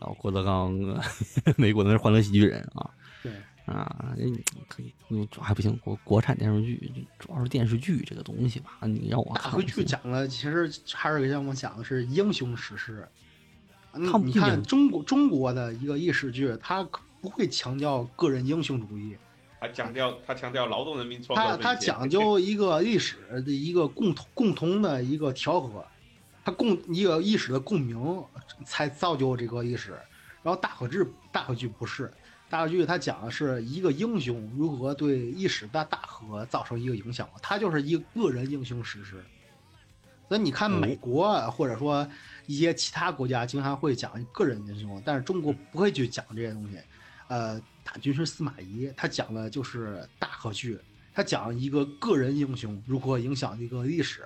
C: 后郭德纲， 美国的是《欢乐喜剧人》啊
D: 对，
C: 啊，嗯可以，嗯，主还不行，国国产电视剧主要是电视剧这个东西吧，你让我
D: 大
C: 看
D: 合剧讲了，其实还是让我想的是英雄史诗。嗯
C: 他不
D: 你看
C: 演
D: 中国中国的一个历史剧，它不会强调个人英雄主义，
E: 还强调他强调劳动人民创
D: 它
E: 造
D: 它
E: 这一切
D: 讲 究一个历史的一个共同共同的一个调和，它共一个历史的共鸣才造就这个历史。然后大河剧大河剧不是，大河剧它讲的是一个英雄如何对历史的大河造成一个影响，它就是一个个人英雄史诗。所以你看
E: 嗯
D: 美国啊或者说一些其他国家经常会讲个人英雄，但是中国不会去讲这些东西。呃，大军师司马懿他讲的就是大河剧，他讲一个个人英雄如何影响一个历史，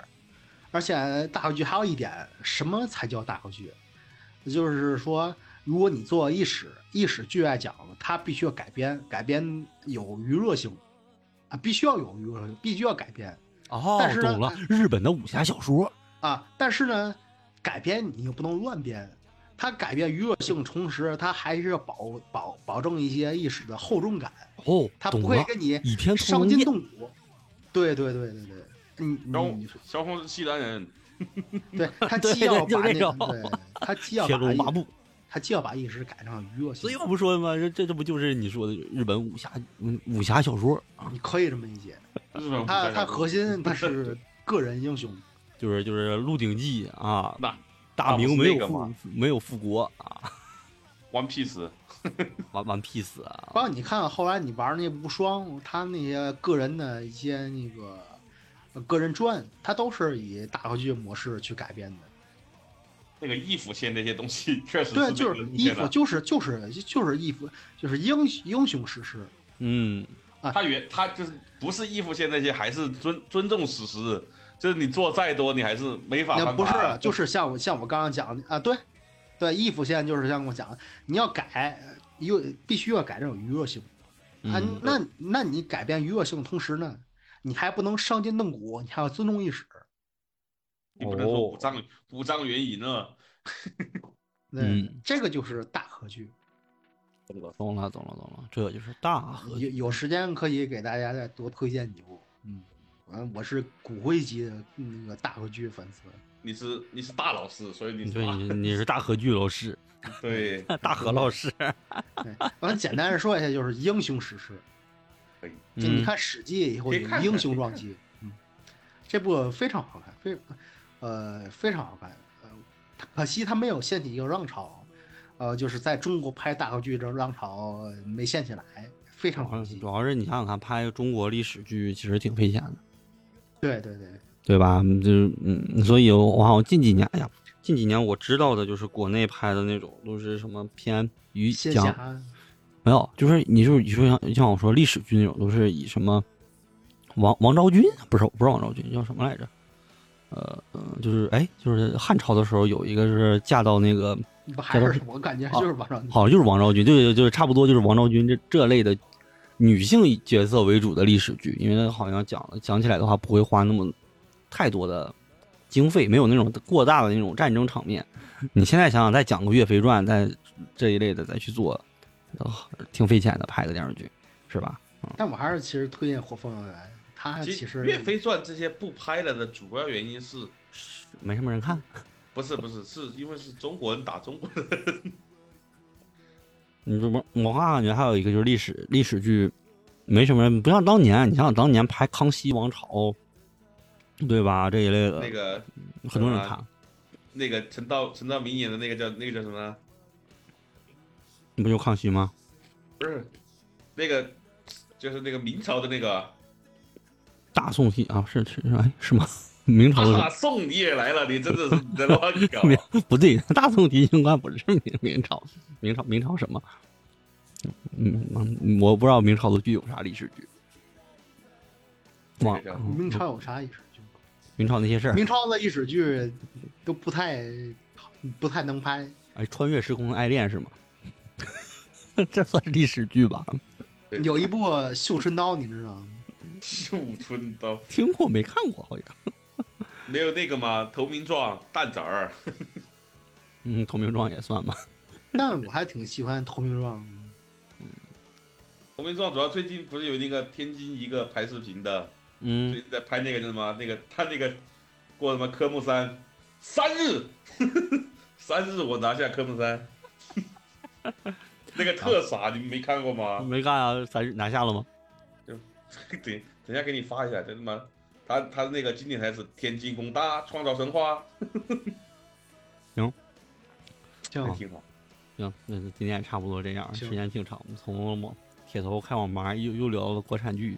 D: 而且大河剧还有一点，什么才叫大河剧？就是说，如果你做历史，历史剧来讲，它必须要改编，改编有娱乐性啊，必须要有娱乐性，必须要改编
C: 哦
D: 但是呢
C: 懂了，日本的武侠小说，
D: 啊。但是呢，改编你又不能乱编，它改变娱乐性，同时它还是要保保保证一些历史的厚重感，
C: 哦，
D: 它
C: 懂
D: 不会
C: 了，
D: 跟你
C: 倚天屠
D: 伤
C: 龙
D: 筋
C: 剑，
D: 动骨。对对对对对，你你
E: 萧
D: 你
E: 萧红是西南人，
D: 对 他
C: 对
D: 既要
C: 就
D: 把
C: 那
D: 那
C: 种
D: 个，对他 既要
C: 天
D: 把
C: 龙八
D: 历
C: 部，
D: 他既要把历史改成娱乐性
C: 所以，我不说吗？这这这不就是你说的日本武侠嗯武侠小说啊？
D: 你可以这么理解。
E: 日本
D: 嗯他他
E: 核
D: 核心他是个人英雄，
C: 就是就是《鹿鼎记》啊，
E: 那
C: 大
E: 那不
C: 明
E: 是
C: 没
E: 那
C: 有
E: 个
C: 复
E: 吗
C: 没有复国啊，
E: One Piece
C: 玩玩 peace 啊，
D: 包括你看后来你玩那无双，他那些个人的一些那个呃个人传，他都是以大合剧模式去改编的。
E: 那个衣服线那些东西确实
D: 对，
E: 是
D: 就
E: 被
D: 是
E: 人
D: 衣
E: 写
D: 服，
E: 的。
D: 就是就是就是衣服，就是英英雄史诗。
C: 嗯，
E: 他原他就是不是衣服线那些，还是尊尊重史实，就是你做再多，你还是没法啊
D: 那
E: 翻
D: 不是啊
E: 盘，
D: 就是像我像我刚刚讲的啊，对，对，衣服现在就是像我讲的，你要改，又必须要改这种娱乐性啊。
C: 嗯
D: 那那你改变娱乐性的同时呢，你还不能伤筋动骨，你还要尊重历史。
E: 你不能说
C: 哦
E: 五丈五丈原以呢。
D: 对，
C: 嗯
D: 这个就是大合剧。
C: 懂了，懂了，懂了，这就是大河
D: 有有时间可以给大家再多推荐几部。嗯，反正我是骨灰级的那个大合剧粉丝。
E: 你是你是大老师，所以你是
C: 对，
E: 大
C: 你你是大河剧老师，
E: 对，
C: 大河老师。
D: 对，完了简单的说一下，就是英雄史诗。
E: 可 以
D: 就你看《史记》以后，
E: 嗯可以
D: 有
E: 看看
D: 英雄撞击，嗯，这部非常好看，非呃非常好看，呃，可惜它没有掀起一个浪潮，呃，就是在中国拍大合剧这浪潮呃没掀起来，非常可惜
C: 主。要是你想想看，拍中国历史剧其实挺费钱的，
D: 对对对，
C: 对吧？嗯就是嗯，所以我好像近几年，哎呀，近几年我知道的就是国内拍的那种都是什么偏于
D: 仙
C: 讲
D: 侠
C: 没有，就是你就是你说像像我说历史剧那种都是以什么王王昭君不是不是王昭君叫什么来着？呃嗯，就是哎，就是汉朝的时候有一个是嫁到那个
D: 不还
C: 这
D: 是
C: 都
D: 我感觉就是王上
C: 好像就是王昭君，对，就是差不多就是王昭君这这类的女性角色为主的历史剧，因为好像讲讲起来的话不会花那么太多的经费，没有那种过大的那种战争场面。你现在想想，再讲个《岳飞传》，再这一类的再去做，都挺费钱的拍个电视剧，是吧？
D: 但我还是其实推荐《火凤燎原》，它
E: 其
D: 其实
E: 实《岳飞传》这些不拍了的主要原因是
C: 没什么人看，
E: 不是不是是因为是中国人打中国人？
C: 你这不，我感觉还有一个就是历史历史剧，没什么人，不像当年，你想想当年拍《康熙王朝》，对吧？这一类的，
E: 那个
C: 很多人
E: 对吧
C: 看。
E: 那个陈道陈道明演的那个叫那个叫什么？啊
C: 你不就康熙吗？
E: 不是，那个就是那个明朝的那个
C: 大宋系啊，是是是，哎，是吗？ 明 朝的时
E: 啊，宋你也来了，你真的是你在乱搞
C: 候。明不对，大宋提刑官不是明明朝，明朝明朝什么？嗯，嗯我不知道明朝的剧有啥历史剧。忘
E: 这个
C: 了
E: 叫
D: 明
C: 嗯哎
D: 朝有啥历史剧？
C: 明朝那些事儿，
D: 明朝的历史剧都不太不太能拍，
C: 哎，穿越时空的爱恋是吗？ 这算是历史剧吧？
E: 对
D: 有一部《绣春刀》，你知道吗？
E: 绣春刀，
C: 听过没看过好像。
E: 没有那个吗？投名状、蛋仔儿，
C: 嗯，投名状也算吧。
D: 但我还挺喜欢《投名状》的。
E: 投名状主要最近不是有那个天津一个拍视频的，最
C: 嗯，
E: 近在拍那个叫什么？那个他那个过什么科目三，三日， 三日我拿下科目三， 那个特傻，你们没看过吗？
C: 没看啊，咱拿下了吗？
E: 等等一下给你发一下，真他妈，他他那个经典台词“天津工大创造神 话
D: 行”，
E: 哎挺好。
C: 行，那就今天也差不多这样，
D: 行
C: 时间挺长，我们从网铁头开网吧又又聊了国产剧，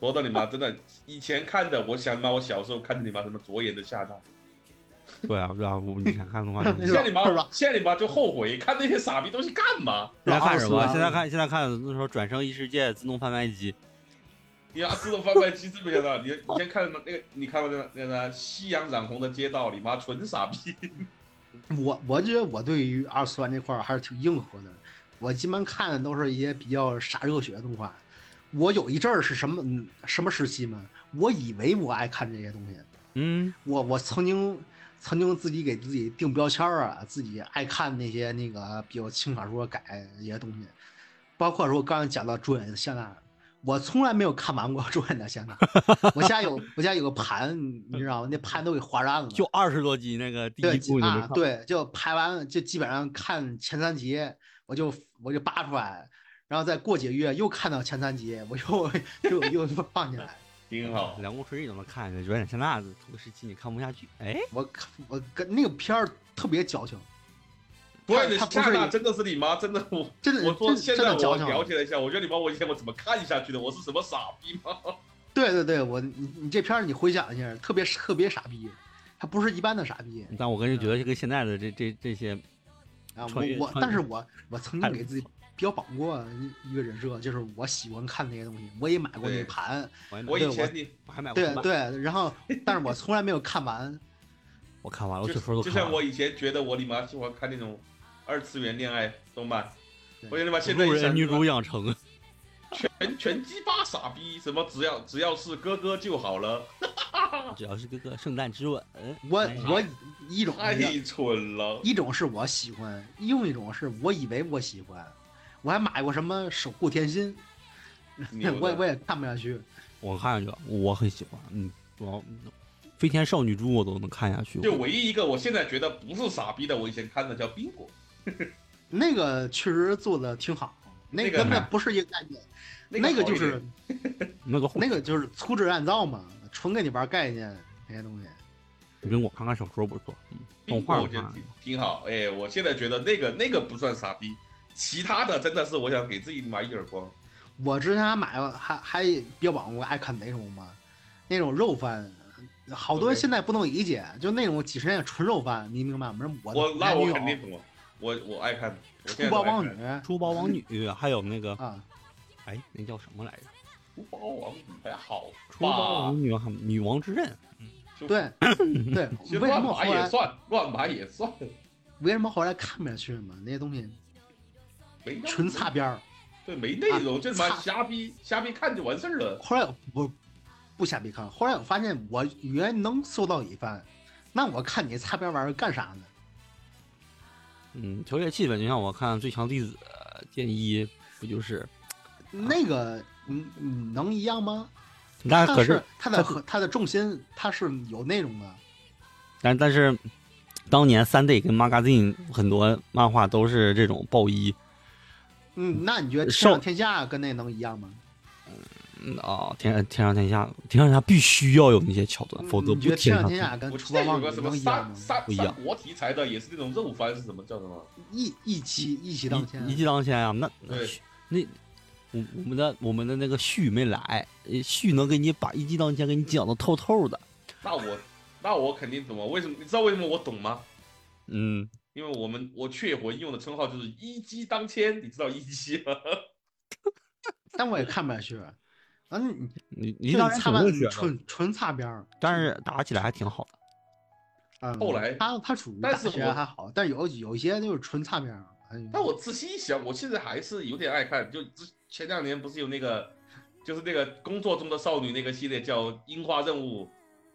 E: 说到你妈，真的，以前看的，我想妈，我小时候看着你妈什么左眼的下套，
C: 对啊，对啊，我你想看动画
D: 那是吧
E: 现在
C: 片，
D: 是
E: 你
D: 吧
E: 妈，现在你妈就后悔看那些傻逼东西干嘛？
C: 现在看
D: 老
C: 什
D: 二
C: 么？
D: 四啊
C: 现在看现在看那时候《转生异世界》自动贩卖机，
E: 你要自动贩卖机这么想到，你你先看那个，你看过那个那个啥夕阳染红的街道，你妈纯傻逼。
D: 我我觉得我对于二次元这块儿还是挺硬核的，我基本看的都是一些比较傻热血的动画。我有一阵儿是什么嗯什么时期嘛？我以为我爱看这些东西，
C: 嗯，
D: 我我曾经曾经自己给自己定标签儿啊，自己爱看那些那个比较轻小说改的一些东西，包括说刚才讲到《朱远的夏娜》，我从来没有看完过《朱远的夏娜》，我家有我家有个盘，你知道吗？那盘都给划烂了。
C: 就二十多集那个第
D: 对
C: 一部你没
D: 啊
C: 看，，
D: 对，就排完就基本上看前三集，我就我就扒出来，然后再过几个月又看到前三集，我又 又又放进来。
E: 挺好，
C: 梁公春雨都能看下去，有点像那同个时期你看不下去，哎，
D: 我看我跟那个片儿特别矫情，
E: 左眼的
D: 他不是
E: 下套真的是你妈，真的我
D: 真的
E: 我说
D: 真
E: 现
D: 真
E: 在
D: 的矫
E: 我
D: 情。啊
E: 了解了一下，我觉得你妈，我以前我怎么看下去的？我是什么傻逼吗？
D: 对对对，我你你这片儿你回想一下，特别特别傻逼，它不是一般的傻逼
C: 但我个人觉得这跟现在的这这这些
D: 啊！我
C: 穿越
D: 我
C: 穿
D: 但
C: 越
D: 是我我曾经给自己标榜过一一个人设，就是我喜欢看那些东西，我也买过那
E: 对
D: 盘，
C: 我还买 过
E: 我以
D: 嗯对
E: 前你
C: 我还买过
D: 对
C: 盗版，
D: 对，然后但是我从来没有看完。
C: 我看完了，我
E: 就
C: 小说都
E: 就
C: 看
D: 啊
E: 像
C: 完了
E: 我以前觉得我你妈喜欢看那种二次元恋爱动漫，
D: 对
E: 我觉得你妈现在
C: 路
E: 一
C: 人
E: 想
C: 女主养成，
E: 全全鸡巴傻逼，什么只要只要是哥哥就好了，
C: 只要是哥哥圣诞之吻，
D: 我
C: 哎
D: 我一种
E: 太蠢了。
D: 一种是我喜欢，另一种是我以为我喜欢，我还买过什么守护甜心，
E: 牛的
D: 我也我也看不下去。
C: 我看上去我很喜欢，嗯，我飞天少女猪我都能看下去。
E: 就唯一一个我现在觉得不是傻逼的，我以前看的叫《冰果》，
D: 那个确实做的挺好，那
E: 那个
D: 根本不是一个概念，
E: 那
D: 那个
E: 个好
D: 就
E: 一点
D: 是
C: 那个后
D: 那个就是粗制滥造嘛，纯给你玩概念这些东西。
C: 你跟我看看小说不错，嗯，动
E: 冰果
C: 画
E: 我觉得
C: 看
E: 挺挺好。哎，我现在觉得那个那个不算傻逼，其他的真的是我想给自己妈一耳光。
D: 我之前还买过，还还标榜过爱看哪种嘛，那种肉番，好多人
E: OK
D: 现在不能理解，就那种几十年的纯肉番，你明白吗？我
E: 我
D: 我
E: 那
D: 男女
E: 我
D: 友
E: 肯定懂，我我爱看，我现
D: 出
E: 在
D: 包
E: 都爱
D: 王
E: 看
D: 女
C: 出包王女，还有那个
D: 啊，
C: 哎，那叫什么来着？
E: 出包王女还好
C: 出包
E: 吧
C: 王？女还女王之刃，
D: 对对，
E: 其实
D: 为什
E: 乱
D: 么后
E: 码也
D: 来
E: 算，乱码也算，
D: 为什么后来看不下去嘛？那些东西
E: 没内容
D: 纯啊擦边儿，
E: 对，没内容，就他妈
D: 擦
E: 瞎逼瞎逼看就完事儿了。
D: 后来我不瞎逼看，后来我发现我原来能搜到一番，那我看你擦边玩意儿干啥呢？
E: 啊
C: 嗯，调节气氛，就像我看《最强弟子》呃剑一，不就是？
D: 那个嗯嗯能一样吗？
C: 但
D: 它
C: 可是
D: 是它的和它的重心它是有内容的。
C: 但但是，当年三 D 跟 Magazine 很多漫画都是这种暴衣，
D: 嗯，那你觉得《天
C: 受
D: 上天下》跟那能一样吗？
C: 嗯啊、天天上天下，天上天下必须要有那些桥段，啊否则
D: 嗯你
C: 不
D: 觉得《天
C: 上
D: 上天下》 跟《
E: 我记
D: 除
E: 得
D: 暴
E: 有
D: 王女
E: 个什》么
D: 能一样
E: 三
D: 吗？
E: 三
C: 不一
E: 三
C: 样
E: 国题材的，也是那种肉番，是什么叫什么？
D: 一一骑一骑当
C: 一一
D: 千，
C: 骑当千啊！那那那
E: 对
C: 我我们的我们的那个旭没来，呃旭能给你把一骑当千给你讲的透透的。
E: 那我那我肯定懂啊。为什么？你知道为什么我懂吗？
C: 嗯，
E: 因为我们我雀魂用的称号就是一击当千，你知道一击吗？
D: 但我也看不下去。嗯，你
C: 你
D: 你
C: 你当然
D: 擦
C: 肯
D: 边
C: 定学了，
D: 纯纯擦边儿。
C: 但是打起来还挺好的。
D: 嗯，
E: 后来
D: 他他属于
E: 但
D: 大
E: 是
D: 学
E: 我
D: 还好，但有有一些就是纯擦边儿。嗯
E: 但我仔细一想，我现在还是有点爱看。就之前两年不是有那个，就是那个工作中的少女那个系列叫《樱花任务》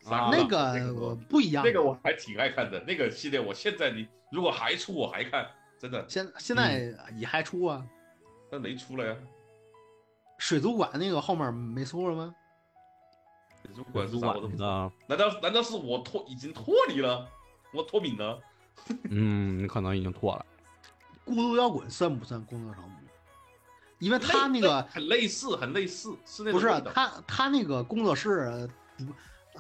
E: 啥
C: 啊
E: 的，
D: 那
E: 那
D: 个
E: 个
D: 我
E: 我
D: 不一样，
E: 那个我还挺爱看的。那个系列我现在你如果还出我还看，真的，
D: 现现在也还出啊。
E: 但没出了呀。
D: 水族馆那个后面没出了吗？
E: 你说管
C: 主
E: 是啥
C: 管
E: 我都不
C: 那
E: 知道。
C: 个，
E: 难道难道是我脱已经脱离了？我脱敏了？
C: 嗯，可能已经过了。
D: 孤独摇滚算不算工作场所？因为他那
E: 类
D: 个
E: 很类似，很类似，是那
D: 不
E: 种
D: 是啊
E: 味道
D: 他他那个工作室呃不，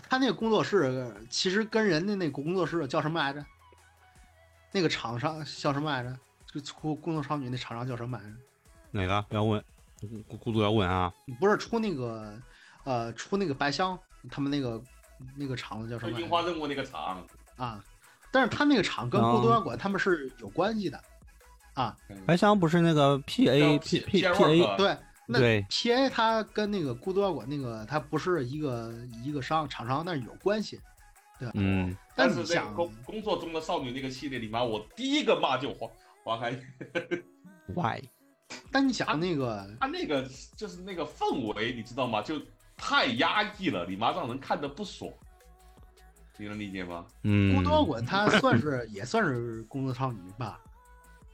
D: 他那个工作室其实跟人家那工作室叫什么来着？那个厂商叫什么来着？就出工作少女那厂商叫什么来着？
C: 哪个摇滚？孤孤独摇滚啊？
D: 不是出那个呃出那个白香他们那个那个厂子叫什
E: 就
D: 么来
E: 樱
D: 着
E: 花任务那个厂，
D: 啊？但是他那个厂跟
C: 啊
D: 孤独摇滚他们是有关系的，
C: 白香不是那个 P A
E: 叫
C: P
E: P-
C: P P
E: P-Rock
C: A
D: 对。那
C: 对
D: P A 它跟那个孤独摇滚那个它不是一个一个商厂商，但是有关系，对吧？
C: 嗯，
E: 但
D: 你
E: 是那
D: 想
E: 个工工作中的少女那个系列里面，我第一个骂就黄黄开，
C: Why？
D: 但你想那个
E: 他那个就是那个氛围，你知道吗？就太压抑了，你妈让人看的不爽，你能理解吗？
C: 嗯，
D: 孤独摇滚，它算是也算是工作少女吧，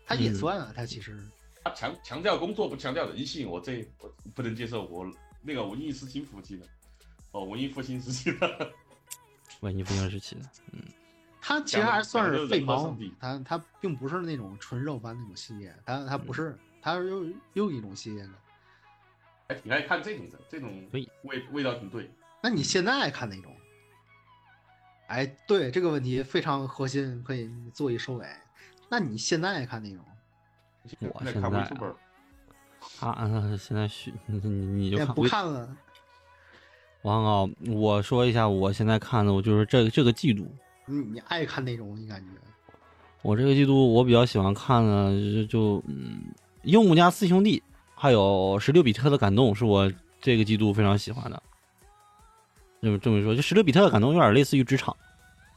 D: 它也算啊，它其实
E: 他强强调工作，不强调人性，我这我不能接受，我那个文艺复兴时期的，哦，文艺复兴时期的，
C: 文艺复兴时期的，
D: 它其实还算是废
E: 讲
D: 毛
E: 究人和上帝，
D: 它它并不是那种纯肉番那种系列，它它
E: 嗯
D: 不是，它是又又一种系列的。
E: 还挺爱看这种的，这种
C: 所以
E: 味味道挺对。
D: 那你现在爱看哪种？哎，对这个问题非常核心，可以做一收尾。那你现在爱看哪种？
C: 我
E: 在
C: 现
E: 看
C: 在
E: VTuber
C: 啊，啊现在是你你你就
D: 也
C: 看
D: 哎不看了。
C: 王啊，我说一下我现在看的，我就是这这个季度，
D: 你你爱看哪种？你感觉？
C: 我这个季度我比较喜欢看的就就嗯，《鹦鹉家四兄弟》还有《十六比特的感动》是我这个季度非常喜欢的。这么这么说，就《十六比特的感动》有点类似于职场，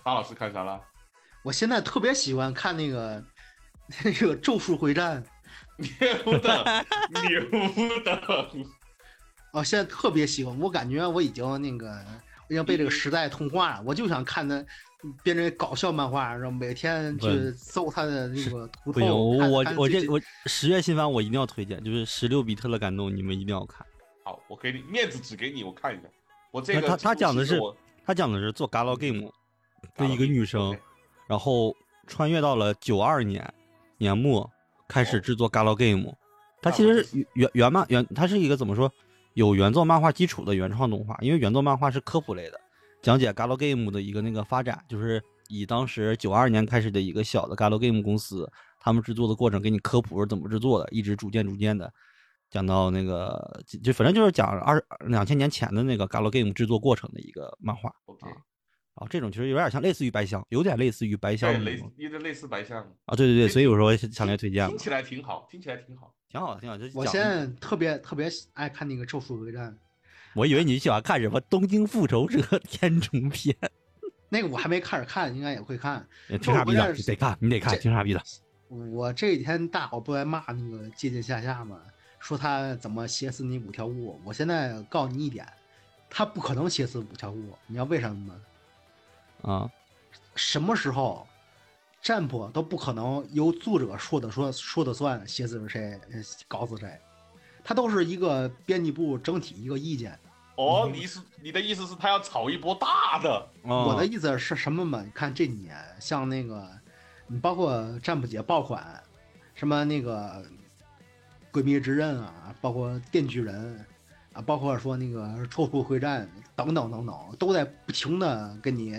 E: 大老师看啥了？
D: 我现在特别喜欢看那个 那个《咒术回战》。
E: 牛的，牛的，
D: 哦，现在特别喜欢，我感觉我已经那个，我已经被这个时代同化了。我就想看他变成搞笑漫画，然后每天去
C: 嗯
D: 搜他的那个图
C: 不行，
D: 透。看
C: 我
D: 看
C: 我这
D: 最近
C: 我十月新番我一定要推荐，就是《十六比特的感动》，你们一定要看。
E: 好，我给你面子，只给你，我看一下。我这个
C: 那他他讲的是
E: 我
C: 它讲的是做 Galo Game 的一个
E: Galo
C: 女生
E: OK，
C: 然后穿越到了九二年年末开始制作 Galo Game。它其实是原原漫原，它是一个怎么说有原作漫画基础的原创动画，因为原作漫画是科普类的，讲解 Galo Game 的一个那个发展，就是以当时九二年开始的一个小的 Galo Game 公司，他们制作的过程给你科普是怎么制作的，一直逐渐逐渐的讲到那个就就反正就是讲二两千年前的那个 Galo Game 制作过程的一个漫画。
E: OK，
C: 啊，这种其实有点像类似于白箱，有点类似于白箱
E: 对，
C: 的那
E: 类
C: 种
E: 有点类似白象，
C: 啊，对对对，所以我说强烈推荐啊
E: 听
C: 嘛，
E: 起来挺好，听起来挺好。
C: 挺好的，挺好的。就是
D: 我
C: 讲
D: 现在特别特别爱看那个《咒术回战》，
C: 我以为你喜欢看什么《东京复仇者》 天诛篇，
D: 那个我还没开始看，应该也会看。
C: 挺傻逼的，
D: 这
C: 你得看，你得看，
D: 这
C: 挺傻逼的。
D: 我这几天大伙不在骂那个借鉴下下吗？说他怎么写死你五条悟？我现在告诉你一点，他不可能写死五条悟。你知道为什么吗？
C: 啊，
D: 什么时候占卜都不可能由作者说的说说的算，写死谁，呃搞死谁，他都是一个编辑部整体一个意见。
E: 哦，
C: 嗯
E: 你是你的意思是他要炒一波大的？
C: 我
D: 我的意思是什么嘛？你看这几年，像那个，你包括占卜姐爆款，什么那个《鬼灭之刃》啊，包括《电锯人》啊，包括说那个《咒术回战》等等等等，都在不停的给你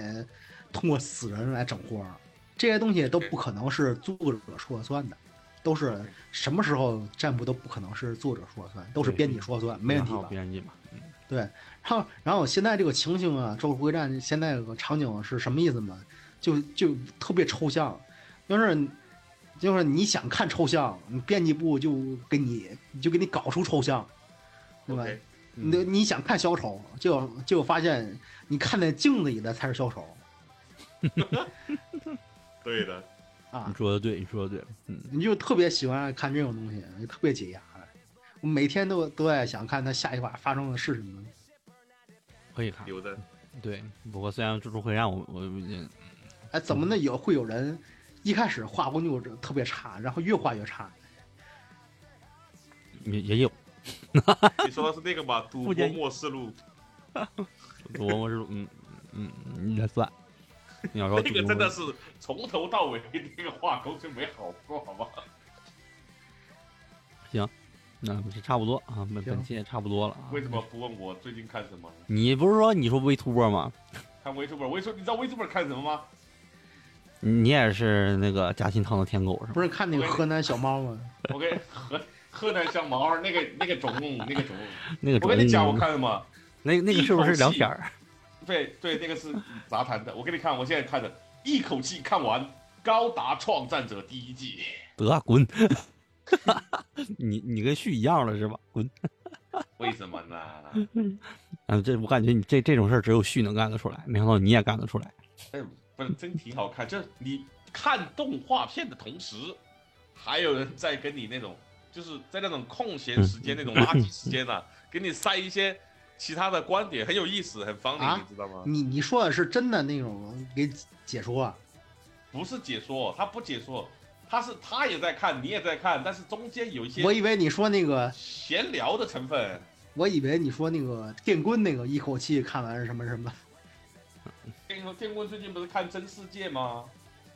D: 通过死人来整活儿。这些东西都不可能是作者说了算的，都是什么时候占卜都不可能是作者说了算，都是编辑说了算，没问题吧？
C: 编辑嘛，
D: 然后，然后现在这个情形啊，《咒术回战》现在有个场景是什么意思嘛？就就特别抽象，就是就是你想看抽象，你编辑部就给你就给你搞出抽象，对吧
E: OK
D: 你的你想看小丑，就就发现你看在镜子里的才是小丑
E: 对的，
D: 啊
C: 你！说的对，你说的对，嗯，
D: 你就特别喜欢看这种东西，特别解压。我每天都都在想看他下一把发生的是什么。
C: 可以看。
E: 有的。
C: 对，不过虽然《蜘蛛会让我我
D: 哎，怎么呢？有会有人一开始画工就特别差，然后越画越差。
C: 也也有，
E: 你说的是那个吧？ 赌
C: 不
E: 博
C: 建议
E: 末世录，
C: 我我是嗯嗯嗯，也算。你要说
E: 那个真的是从头到尾 那个画工就没好过，好吧？
C: 啊那不是差不多啊，本本
D: 行
C: 期也差不多了啊。
E: 为什么不问我最近看什么？
C: 你不是说你说微突播吗？
E: 看 VTuber，我跟你说，你知道 VTuber 看什么吗？
C: 你也是那个夹心汤的舔狗是吧？
D: 不是看那个河南小猫吗？
E: 我跟 河河南香毛那个那个种那个种，
C: 那个
E: 我跟你讲，我
C: 种嗯
E: 看什么？
C: 那那个是不是聊天儿？
E: 对对，那个是杂谈的。我给你看，我现在看的，一口气看完《高达创战者》第一季。
C: 得啊滚！ 你你跟旭一样了是吧？滚！
E: 为什么呢？
C: 啊，这我感觉你这这种事儿只有旭能干得出来，没想到你也干得出来。
E: 哎，不是真挺好看，就是你看动画片的同时，还有人在跟你那种，就是在那种空闲时间、那种垃圾时间呢、给你塞一些其他的观点，很有意思，很 funny，、
D: 啊
E: 你知道吗？
D: 你你说的是真的那种给解说啊？
E: 不是解说，他不解说，他是他也在看，你也在看，但是中间有一些
D: 我以为你说那个，
E: 闲聊的成分。
D: 我以为你说那个电棍那个一口气看完什么什么，
E: 跟你说，天棍最近不是看《真世界》吗？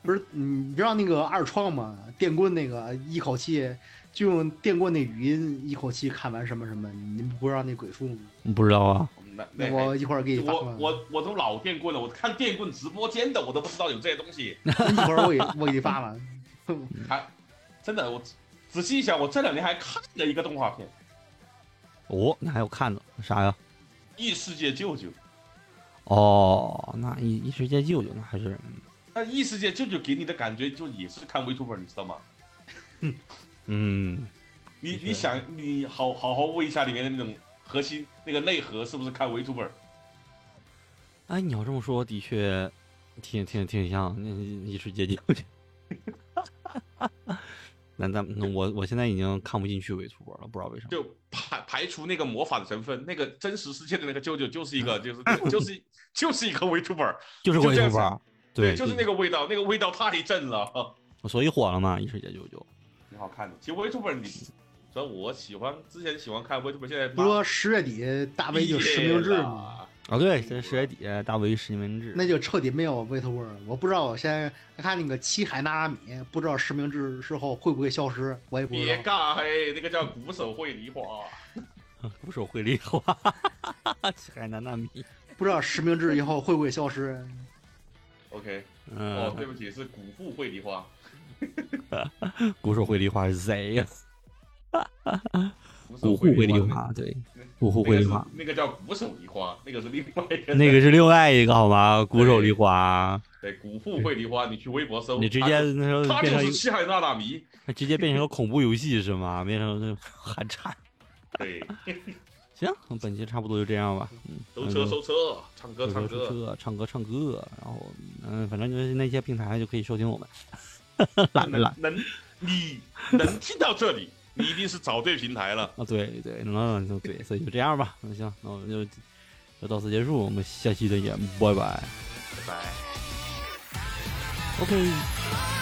D: 不是？你知道那个二创吗？电棍那个一口气就用电棍那语音一口气看完什么什么，你们不知道那鬼畜吗？
C: 你不知道啊？
E: 那那
D: 那我一会儿给你发过
E: 我
D: 来，
E: 我我都老电棍了，我看电棍直播间的我都不知道有这些东西。
D: 一会儿我给我给你发完。
E: 真的，我仔仔细一想，我这两年还看了一个动画片《
C: 哦，那还有看的啥呀？
E: 异世界舅舅》。
C: 哦，那一一时间舅舅那还是
E: 那异世界舅舅给你的感觉就也是看 VTuber，你知道吗？
C: 嗯，
E: 你
C: 的确
E: 你想，你好好好问一下里面的那种核心那个内核是不是看 VTuber？
C: 哎，你要这么说，的确挺挺挺像那一时间舅舅。 那咱那我我现在已经看不进去伪图播了，不知道为啥。
E: 就排排除那个魔法的成分，那个真实世界的那个舅舅就是一个就是那个就是就是一 个 VTuber，
C: 就是
E: 就
C: 伪图
E: 这样
C: 播，啊对，
E: 就是那个味道，那个味道太正了。
C: 所以火了嘛，一时间舅舅。
E: 挺好看的。其实 VTuber 你，主要我喜欢之前喜欢看 VTuber，现在
D: 不是说十月底大 V 就实名制吗？
E: 吗？
C: 啊，对，这石海底下大 V 实名制，
D: 那就彻底没有 Wait World。我不知道我现在看那个七海娜拉米，不知道实名制之后会不会消失，我也不知
E: 别
D: 道。
E: 尬嘿，那个叫鼓手会梨花，
C: 鼓手会梨花，海南纳米。
D: 不知道实名制以后会不会消失？
E: OK，哦，
C: 嗯，
E: 对不起，是古父会梨花，
C: 鼓手会梨花是谁呀？
E: 鼓手
C: 古户会梨花，对，古户
E: 那
C: 会
E: 个
C: 梨
E: 是
C: 花，
E: 那个叫鼓手梨花， 那个是另外一个，
C: 那个是另外一个好吗？鼓手梨花，
E: 对古父会梨花，你去微博搜，
C: 你直接那时候
E: 他就
C: 变成
E: 他就是
C: 一
E: 西海娜娜迷，
C: 个直接变成个恐怖游戏是吗？变成那寒蝉。
E: 对，
C: 行，本期差不多就这样吧。嗯，
E: 收车收车，唱歌唱
C: 收
E: 歌，
C: 车，唱歌唱歌，然后嗯，反正就是那些平台就可以收听我们。懒没
E: 能
C: 懒
E: 能你能听到这里，你一定是找对平 台了。
C: 啊？对对，那就对，所以就这样吧。那行，那我们就就到此结束，我们下期再见，拜拜。
E: 拜拜。
C: OK。